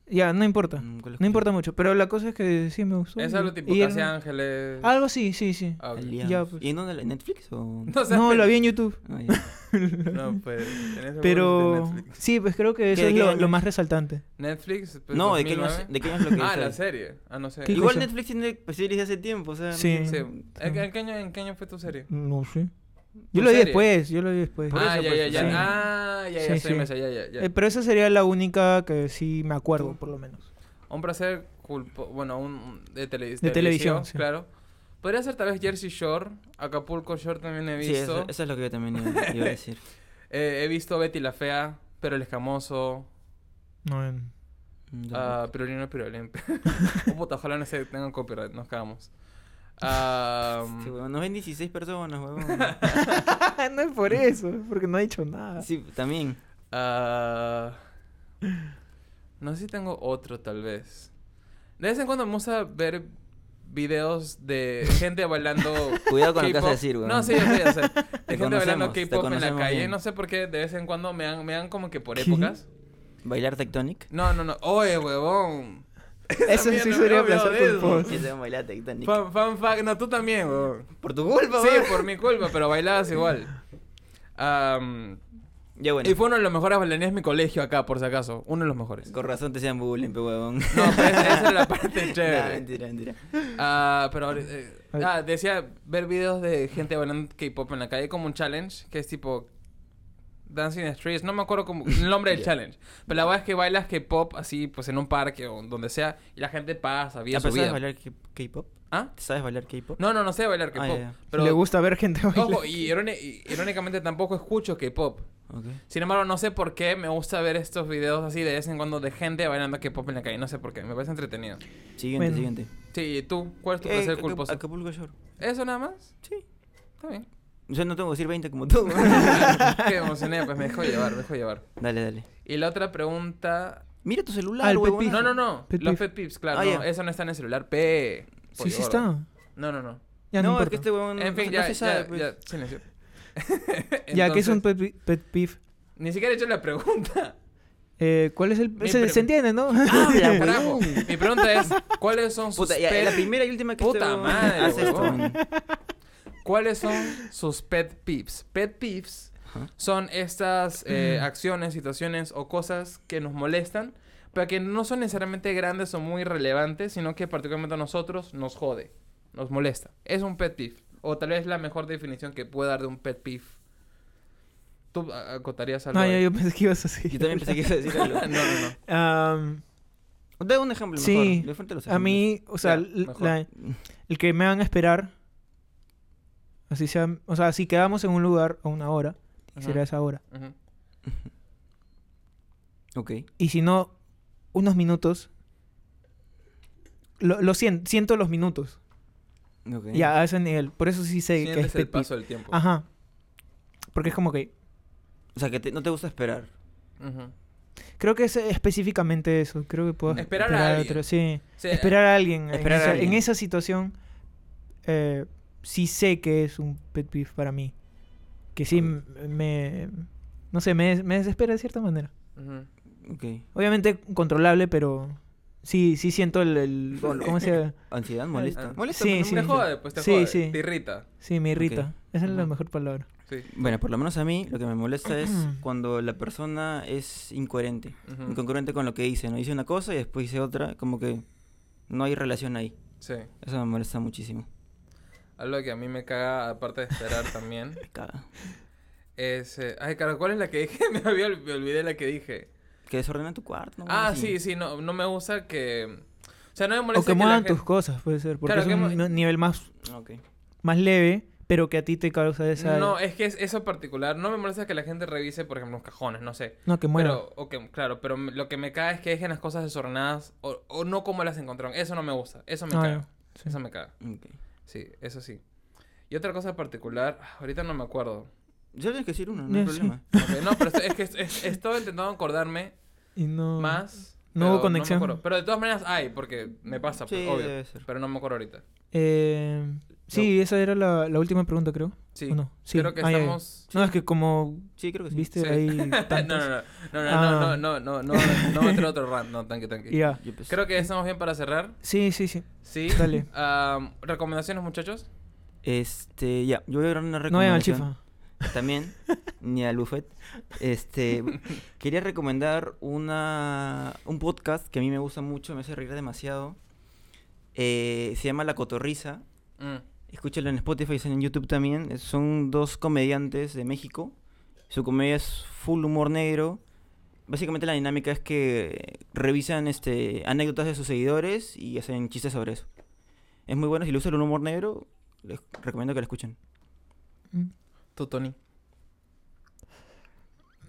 Speaker 3: Ya, no importa.
Speaker 2: Nunca lo
Speaker 3: No
Speaker 2: escuché.
Speaker 3: importa mucho. Pero la cosa es que sí me gustó.
Speaker 1: Es
Speaker 3: y-
Speaker 1: algo tipo
Speaker 3: y era-
Speaker 1: Casi Ángeles.
Speaker 3: Algo sí, sí, sí.
Speaker 1: Ah, ok.
Speaker 2: Aliados.
Speaker 3: Ya, pues.
Speaker 2: ¿Y en dónde? la- ¿En Netflix o.?
Speaker 1: No sé.
Speaker 3: No,
Speaker 1: pero-
Speaker 3: lo vi en YouTube.
Speaker 2: Ah, ya.
Speaker 1: No, pues. en ese momento
Speaker 3: Pero
Speaker 1: de Netflix.
Speaker 3: sí, pues creo que eso
Speaker 2: ¿Qué-
Speaker 3: es
Speaker 2: qué
Speaker 3: lo,
Speaker 2: año
Speaker 3: lo
Speaker 2: es?
Speaker 3: más resaltante.
Speaker 1: Netflix. pues,
Speaker 2: no, ¿de qué año
Speaker 1: 2009.
Speaker 2: es de qué año es lo que
Speaker 1: Ah,
Speaker 2: es?
Speaker 1: la serie. Ah, no sé.
Speaker 3: ¿Qué
Speaker 2: Igual
Speaker 3: cosa?
Speaker 2: Netflix tiene pues, series de hace tiempo, o sea.
Speaker 3: Sí.
Speaker 2: no
Speaker 1: Sí.
Speaker 2: sé.
Speaker 1: ¿En, en qué año, en qué año fue tu serie?
Speaker 3: No sé.
Speaker 1: ¿Tu
Speaker 3: Yo lo vi
Speaker 1: serie?
Speaker 3: después, yo lo vi después.
Speaker 2: Por
Speaker 1: ah,
Speaker 2: eso,
Speaker 1: ya,
Speaker 2: por
Speaker 1: ya,
Speaker 2: eso,
Speaker 1: ya.
Speaker 3: pues, sí.
Speaker 1: Ah, ya, ya,
Speaker 3: Sí,
Speaker 1: estoy
Speaker 3: sí.
Speaker 1: en esa, ya, ya, ya.
Speaker 3: Eh, pero esa sería la única que sí me acuerdo, por lo menos.
Speaker 1: Un placer culpo... Bueno, un- un... De, tele-
Speaker 3: De televisión, sí.
Speaker 1: Claro. Podría ser tal vez Jersey Shore. Acapulco Shore también he
Speaker 2: Sí,
Speaker 1: visto.
Speaker 2: eso, eso es lo que yo también iba, iba a decir.
Speaker 1: Eh, he visto Betty la Fea, Pero el Escamoso,
Speaker 3: No, en-
Speaker 2: Mm,
Speaker 1: ah, Pirulino Pirulín. oh, puta, ojalá no se tengan copyright, nos cagamos. Ah,
Speaker 2: Sí, huevón, nos ven 16 personas, huevón.
Speaker 3: no es por eso, es porque no ha dicho nada.
Speaker 2: Sí, también.
Speaker 1: ah, no sé si tengo otro, tal vez. De vez en cuando me gusta ver videos de gente bailando.
Speaker 2: Cuidado con lo que vas a
Speaker 1: K-pop.
Speaker 2: decir, weón.
Speaker 1: No, sí, yo sé, yo sé. De gente
Speaker 2: conocemos,
Speaker 1: bailando
Speaker 2: te
Speaker 1: K-pop en la
Speaker 2: conocemos
Speaker 1: calle.
Speaker 2: bien.
Speaker 1: No sé por qué de vez en cuando me dan, me dan como que por
Speaker 3: ¿Qué?
Speaker 1: épocas.
Speaker 2: ¿Bailar Tectonic?
Speaker 1: No, no, no. Oye, huevón.
Speaker 3: Eso sí
Speaker 1: mierda me
Speaker 3: sería
Speaker 1: había
Speaker 3: placer
Speaker 1: olvidado de eso.
Speaker 3: culposo.
Speaker 2: Yo tengo bailar Tectonic.
Speaker 1: Fan, fan, fan. No, tú también, huevón.
Speaker 2: Por tu culpa,
Speaker 1: Sí,
Speaker 2: weón.
Speaker 1: por mi culpa, pero bailabas igual. Am,
Speaker 2: Ya bueno.
Speaker 1: Y fue uno de los mejores bailarines de mi colegio acá, por si acaso. Uno de los mejores.
Speaker 2: Con razón te sean bullying, pe huevón.
Speaker 1: No, pero esa esa era la parte
Speaker 2: Nah,
Speaker 1: chévere.
Speaker 2: mentira, mentira.
Speaker 1: Ah, pero eh,
Speaker 3: Ay.
Speaker 1: ah, decía ver videos de gente bailando K-pop en la calle como un challenge que es tipo Dancing in the Streets, no me acuerdo cómo- el nombre del
Speaker 2: Ya.
Speaker 1: challenge, pero la verdad es que bailas K-pop así pues en un parque o donde sea y la gente pasa,
Speaker 2: ¿Ya
Speaker 1: vía su
Speaker 2: ¿Ah, sabes
Speaker 1: vida.
Speaker 2: bailar K- K-pop?
Speaker 1: ¿Ah?
Speaker 2: ¿Te sabes bailar K-pop?
Speaker 1: No, no, no sé bailar K-pop,
Speaker 2: Ah, ya, ya.
Speaker 1: pero
Speaker 3: Le gusta ver gente bailar.
Speaker 1: ojo, y iróni- y irónicamente tampoco escucho K-pop.
Speaker 2: Ok.
Speaker 1: Sin embargo, no sé por qué me gusta ver estos videos así de vez en cuando de gente bailando K-pop en la calle. No sé por qué, me parece entretenido.
Speaker 2: Siguiente,
Speaker 3: Bueno.
Speaker 2: siguiente.
Speaker 1: Sí, ¿y tú? ¿Cuál es tu
Speaker 2: Eh,
Speaker 1: placer
Speaker 2: Aca-
Speaker 1: culposo?
Speaker 2: Acapulco Shore.
Speaker 1: ¿Eso nada más?
Speaker 2: Sí.
Speaker 1: Está bien.
Speaker 2: Yo no tengo que decir 20 como tú.
Speaker 1: que me emocioné, pues me dejó llevar, me dejó llevar.
Speaker 2: dale, dale.
Speaker 1: Y la otra pregunta...
Speaker 2: Mira tu
Speaker 3: Ah,
Speaker 2: celular,
Speaker 3: el pet
Speaker 2: huevón.
Speaker 3: peeve.
Speaker 1: No, no, no.
Speaker 3: Pet
Speaker 1: Los
Speaker 3: peeve.
Speaker 1: pet peeves, claro.
Speaker 2: Ah,
Speaker 1: no,
Speaker 2: ya.
Speaker 1: eso no está en el celular. P.
Speaker 3: Sí,
Speaker 1: Polidoro.
Speaker 3: sí está.
Speaker 1: No, no, no.
Speaker 3: Ya no,
Speaker 2: no, es
Speaker 3: importa.
Speaker 2: que este huevón
Speaker 1: En
Speaker 2: no-
Speaker 1: fin,
Speaker 2: no
Speaker 1: ya,
Speaker 2: se
Speaker 1: ya,
Speaker 2: sabe, pues.
Speaker 1: ya, silencio.
Speaker 3: Ya, que es un
Speaker 1: Entonces,
Speaker 3: pet, pi- pet peeve?
Speaker 1: Ni siquiera he hecho la pregunta.
Speaker 3: Eh, ¿Cuál es el...?
Speaker 1: Mi Ah,
Speaker 3: Se,
Speaker 1: pre-
Speaker 3: se entiende, ¿no?
Speaker 2: Habla, huevón.
Speaker 1: Carajo.
Speaker 3: pues.
Speaker 1: Mi pregunta es, ¿cuáles son sus
Speaker 2: Puta, ya,
Speaker 1: pet-
Speaker 2: es la primera y última que
Speaker 1: Puta
Speaker 2: este huevón
Speaker 1: madre,
Speaker 2: hace esto,
Speaker 1: huevón.
Speaker 2: huevón.
Speaker 1: ¿Cuáles son sus pet peeves? Pet peeves
Speaker 2: Ajá.
Speaker 1: son estas eh, acciones, situaciones o cosas que nos molestan, pero que no son necesariamente grandes o muy relevantes, sino que particularmente a nosotros nos jode, nos molesta. Es un pet peeve, o tal vez la mejor definición que pueda dar de un pet peeve. ¿Tú a- acotarías algo?
Speaker 3: No, ya
Speaker 1: ahí?
Speaker 3: yo pensé que ibas así.
Speaker 2: Yo también pensé que iba a decir algo.
Speaker 1: no, no, no.
Speaker 3: Am,
Speaker 2: Da un ejemplo
Speaker 3: Sí.
Speaker 2: mejor. de frente a los
Speaker 3: a mí, o sea,
Speaker 1: Ya,
Speaker 3: l-
Speaker 1: mejor.
Speaker 3: la- el que me van a esperar, así sea, o sea, si quedamos en un lugar a una hora,
Speaker 1: Ajá,
Speaker 3: será esa hora.
Speaker 1: ajá.
Speaker 2: ejemplos. Ok.
Speaker 3: Y si no, unos minutos. Lo, lo sien- siento los minutos.
Speaker 2: Ok.
Speaker 3: Ya, a ese nivel. Por eso sí sé que
Speaker 1: Sientes
Speaker 3: es
Speaker 1: el
Speaker 3: pet peeve.
Speaker 1: paso del tiempo.
Speaker 3: Ajá. Porque es como que.
Speaker 2: O sea, que te- no te gusta esperar.
Speaker 1: Ujú.
Speaker 3: Creo que es específicamente eso. Creo que puedo.
Speaker 1: Esperar a alguien.
Speaker 3: otro- Sí.
Speaker 1: Sí,
Speaker 3: Esperar a alguien. en
Speaker 2: Esperar a
Speaker 3: esa-
Speaker 2: alguien.
Speaker 3: En esa situación, eh, sí sé que es un pet peeve para mí. Que sí m- me... No sé, me, des- me desespera de cierta manera.
Speaker 1: eh, ujú.
Speaker 2: Ok.
Speaker 3: Obviamente controlable, pero sí, sí siento el... el-
Speaker 2: Solo.
Speaker 3: ¿Cómo se llama?
Speaker 2: Ansiedad
Speaker 1: Ah.
Speaker 2: molesta.
Speaker 3: Sí,
Speaker 1: Te-
Speaker 3: sí.
Speaker 1: Te jode, pues te
Speaker 3: Sí,
Speaker 1: jode.
Speaker 3: sí.
Speaker 1: Te irrita.
Speaker 3: Sí, me irrita. Esa es la
Speaker 1: Ujú.
Speaker 3: mejor palabra.
Speaker 1: Sí.
Speaker 2: Bueno, por lo menos a mí lo que me molesta es cuando la persona es incoherente.
Speaker 1: Ujú.
Speaker 2: Incoherente con lo que dice, ¿no? Dice una cosa y después dice otra, como que no hay relación ahí.
Speaker 1: Sí.
Speaker 2: Eso me molesta muchísimo.
Speaker 1: Algo que a mí me caga, aparte de esperar también,
Speaker 2: Me caga.
Speaker 1: es... eh, Ay, carajo, ¿cuál es la que dije? me, había, ol- me olvidé la que dije.
Speaker 2: Que desordena tu cuarto. ¿no?
Speaker 1: Ah,
Speaker 2: Así.
Speaker 1: sí, sí, no, no me gusta que... O sea, no me
Speaker 3: Oh, O
Speaker 1: molesta
Speaker 3: que
Speaker 1: que la
Speaker 3: muevan
Speaker 1: gente-
Speaker 3: tus cosas, puede ser. Porque
Speaker 1: Claro,
Speaker 3: es
Speaker 1: que
Speaker 3: un
Speaker 1: mo-
Speaker 3: n- nivel más,
Speaker 2: Ok.
Speaker 3: más leve, pero que a ti te causa esa...
Speaker 1: No, eh, es que es eso particular. No me molesta que la gente revise, por ejemplo, los cajones, no sé.
Speaker 3: No, que muera.
Speaker 1: Pero, ok, claro, pero me- lo que me caga es que dejen las cosas desordenadas o, o no como las encontraron. Eso no me gusta. Eso me
Speaker 3: Ah,
Speaker 1: caga.
Speaker 3: sí.
Speaker 1: Eso me caga.
Speaker 2: ok.
Speaker 1: Sí, eso sí. Y otra cosa particular, ah, ahorita no me acuerdo.
Speaker 2: Yo tengo que decir uno, no hay
Speaker 3: Ya, sí.
Speaker 2: problema.
Speaker 1: Ok, no, pero es que es- es- estaba intentando acordarme
Speaker 3: Y no...
Speaker 1: más.
Speaker 3: No hubo
Speaker 1: pero me
Speaker 3: conexión.
Speaker 1: acuerdo. pero de todas maneras hay, porque me pasa, pues,
Speaker 2: Sí,
Speaker 1: obvio.
Speaker 2: debe ser.
Speaker 1: Pero no me acuerdo ahorita.
Speaker 3: Eh, sí, esa era la, la última pregunta, creo.
Speaker 1: Sí.
Speaker 3: ¿O no? Sí.
Speaker 1: Creo que
Speaker 3: Ah, ya, ya.
Speaker 1: estamos.
Speaker 3: No, es que como
Speaker 2: Sí, creo que sí.
Speaker 3: viste
Speaker 1: Sí.
Speaker 3: ahí
Speaker 1: No,
Speaker 3: tantos...
Speaker 1: no, no, no, no,
Speaker 3: Ah.
Speaker 1: no, no, no, no, no, no, otro, otro rant, no, tanque, tanque.
Speaker 3: Ya.
Speaker 2: Yo pues-
Speaker 1: Creo que estamos bien para cerrar.
Speaker 3: Sí, sí, sí.
Speaker 1: Sí.
Speaker 3: Dale.
Speaker 1: Am, ¿Recomendaciones, muchachos?
Speaker 2: Este, ya, yo voy a dar una
Speaker 3: No vayan al
Speaker 2: recomendación.
Speaker 3: chifa.
Speaker 2: también, ni al Buffet. Este, quería recomendar una, un podcast que a mí me gusta mucho, me hace reír demasiado. Eh, se llama La Cotorrisa.
Speaker 1: Mm.
Speaker 2: Escúchalo en Spotify, están en YouTube también. Eh, Son dos comediantes de México. Su comedia es full humor negro. Básicamente la dinámica es que revisan este, anécdotas de sus seguidores y hacen chistes sobre eso. Es muy bueno, si le gusta el humor negro, les recomiendo que lo escuchen.
Speaker 1: Tú, Tony.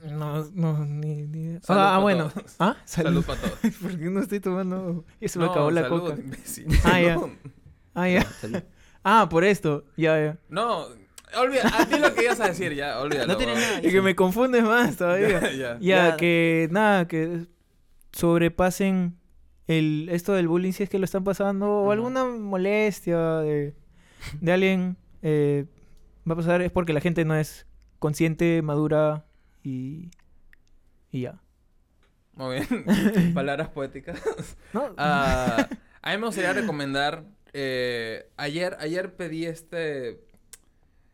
Speaker 3: No, no, ni, ni idea.
Speaker 1: Salud
Speaker 3: ah,
Speaker 1: pa'
Speaker 3: bueno.
Speaker 1: todos.
Speaker 3: ¿Ah?
Speaker 1: Salud,
Speaker 3: Salud.
Speaker 1: para todos.
Speaker 3: ¿Por qué no estoy tomando? Ya se me
Speaker 1: No,
Speaker 3: acabó la
Speaker 1: salud,
Speaker 3: coca.
Speaker 1: imbécil.
Speaker 3: Ah, ya.
Speaker 1: Salud.
Speaker 3: Ah, ya.
Speaker 2: Salud.
Speaker 3: Ah, por esto. Ya, ya.
Speaker 1: No, olvida, a ti lo que ibas a decir, ya, olvídalo.
Speaker 2: No tiene
Speaker 1: weón.
Speaker 2: nada.
Speaker 3: Es que me confundes más todavía.
Speaker 1: Ya, ya.
Speaker 3: Ya,
Speaker 2: Ya.
Speaker 3: que nada, que sobrepasen el esto del bullying si es que lo están pasando o
Speaker 1: Ajá.
Speaker 3: alguna molestia de, de alguien eh, va a pasar es porque la gente no es consciente, madura y, y ya.
Speaker 1: Muy bien. Palabras poéticas.
Speaker 3: No,
Speaker 1: Ah, a mí me gustaría recomendar. eh, ayer, ayer pedí este.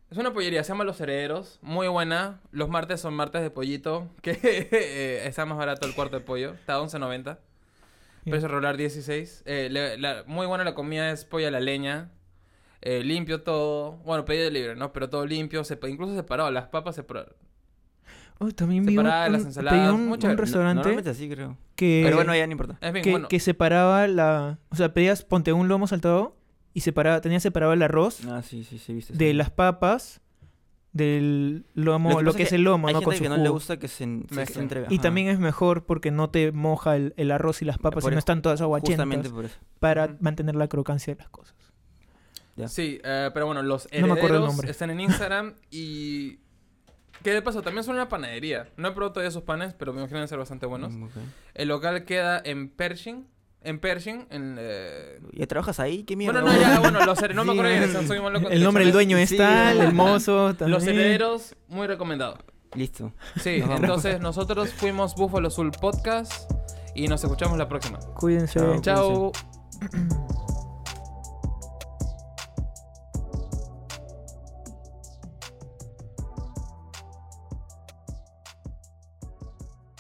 Speaker 1: Es una pollería, se llama Los Herederos. Muy buena. Los martes son martes de pollito. Que eh, está más barato el cuarto de pollo. Está a 11.90. Precio regular 16. Eh, le- la- muy buena la comida es pollo a la leña. Eh, limpio todo. Bueno, pedí de libre, ¿no? Pero todo limpio. sepa- incluso separado. Las papas separadas.
Speaker 3: oh, también vi un,
Speaker 1: separada de las
Speaker 3: un- pedí
Speaker 1: ensaladas,
Speaker 3: un,
Speaker 1: mucha-
Speaker 3: un
Speaker 1: no-
Speaker 3: restaurante
Speaker 2: Normalmente así, creo.
Speaker 3: que,
Speaker 2: Pero bueno, ya no importa.
Speaker 1: Es bien,
Speaker 3: que,
Speaker 1: bueno.
Speaker 3: que separaba la... O sea, pedías, ponte un lomo saltado y separaba, tenía separado el arroz
Speaker 2: Ah, sí, sí, sí, viste.
Speaker 3: de
Speaker 2: sí.
Speaker 3: las papas, del
Speaker 2: Lo
Speaker 3: lomo,
Speaker 2: que
Speaker 3: lo
Speaker 2: pasa
Speaker 3: que,
Speaker 2: es
Speaker 3: es
Speaker 2: que
Speaker 3: el lomo,
Speaker 2: Hay
Speaker 3: ¿no? Con
Speaker 2: gente
Speaker 3: su
Speaker 2: que no le
Speaker 3: jugo.
Speaker 2: gusta que se, en- se
Speaker 1: Mezcla.
Speaker 2: entreve.
Speaker 3: Y
Speaker 2: ajá.
Speaker 3: también es mejor porque no te moja el, el arroz y las papas
Speaker 2: Por
Speaker 3: y
Speaker 2: eso,
Speaker 3: no están todas
Speaker 2: Justamente
Speaker 3: aguachentas
Speaker 2: por eso.
Speaker 3: para
Speaker 1: Ujú.
Speaker 3: mantener la crocancia de las cosas.
Speaker 2: Ya.
Speaker 1: Sí, eh, pero bueno, los
Speaker 3: No me acuerdo el
Speaker 1: herederos
Speaker 3: nombre.
Speaker 1: están en Instagram y... ¿Qué de paso? También son una panadería. No he probado todavía esos panes, pero me imaginan ser bastante buenos.
Speaker 2: Mm, ok.
Speaker 1: El local queda en Pershing. En Pershing, en... eh,
Speaker 2: ¿Ya trabajas ahí? ¿Qué mierda?
Speaker 1: Bueno, no, ya, bueno, los herederos... No me
Speaker 3: Sí,
Speaker 1: acuerdo de la
Speaker 3: el-
Speaker 1: dirección, soy malo con
Speaker 3: El nombre del
Speaker 1: direcciones.
Speaker 3: dueño es
Speaker 2: Sí,
Speaker 3: tal,
Speaker 2: ¿verdad?
Speaker 3: el mozo también.
Speaker 1: Los herederos, muy recomendado.
Speaker 2: Listo.
Speaker 1: Sí,
Speaker 2: Nos vamos.
Speaker 1: entonces nosotros fuimos Búfalo Azul Podcast y nos escuchamos la próxima.
Speaker 3: Cuídense.
Speaker 2: Chao.
Speaker 1: Chao.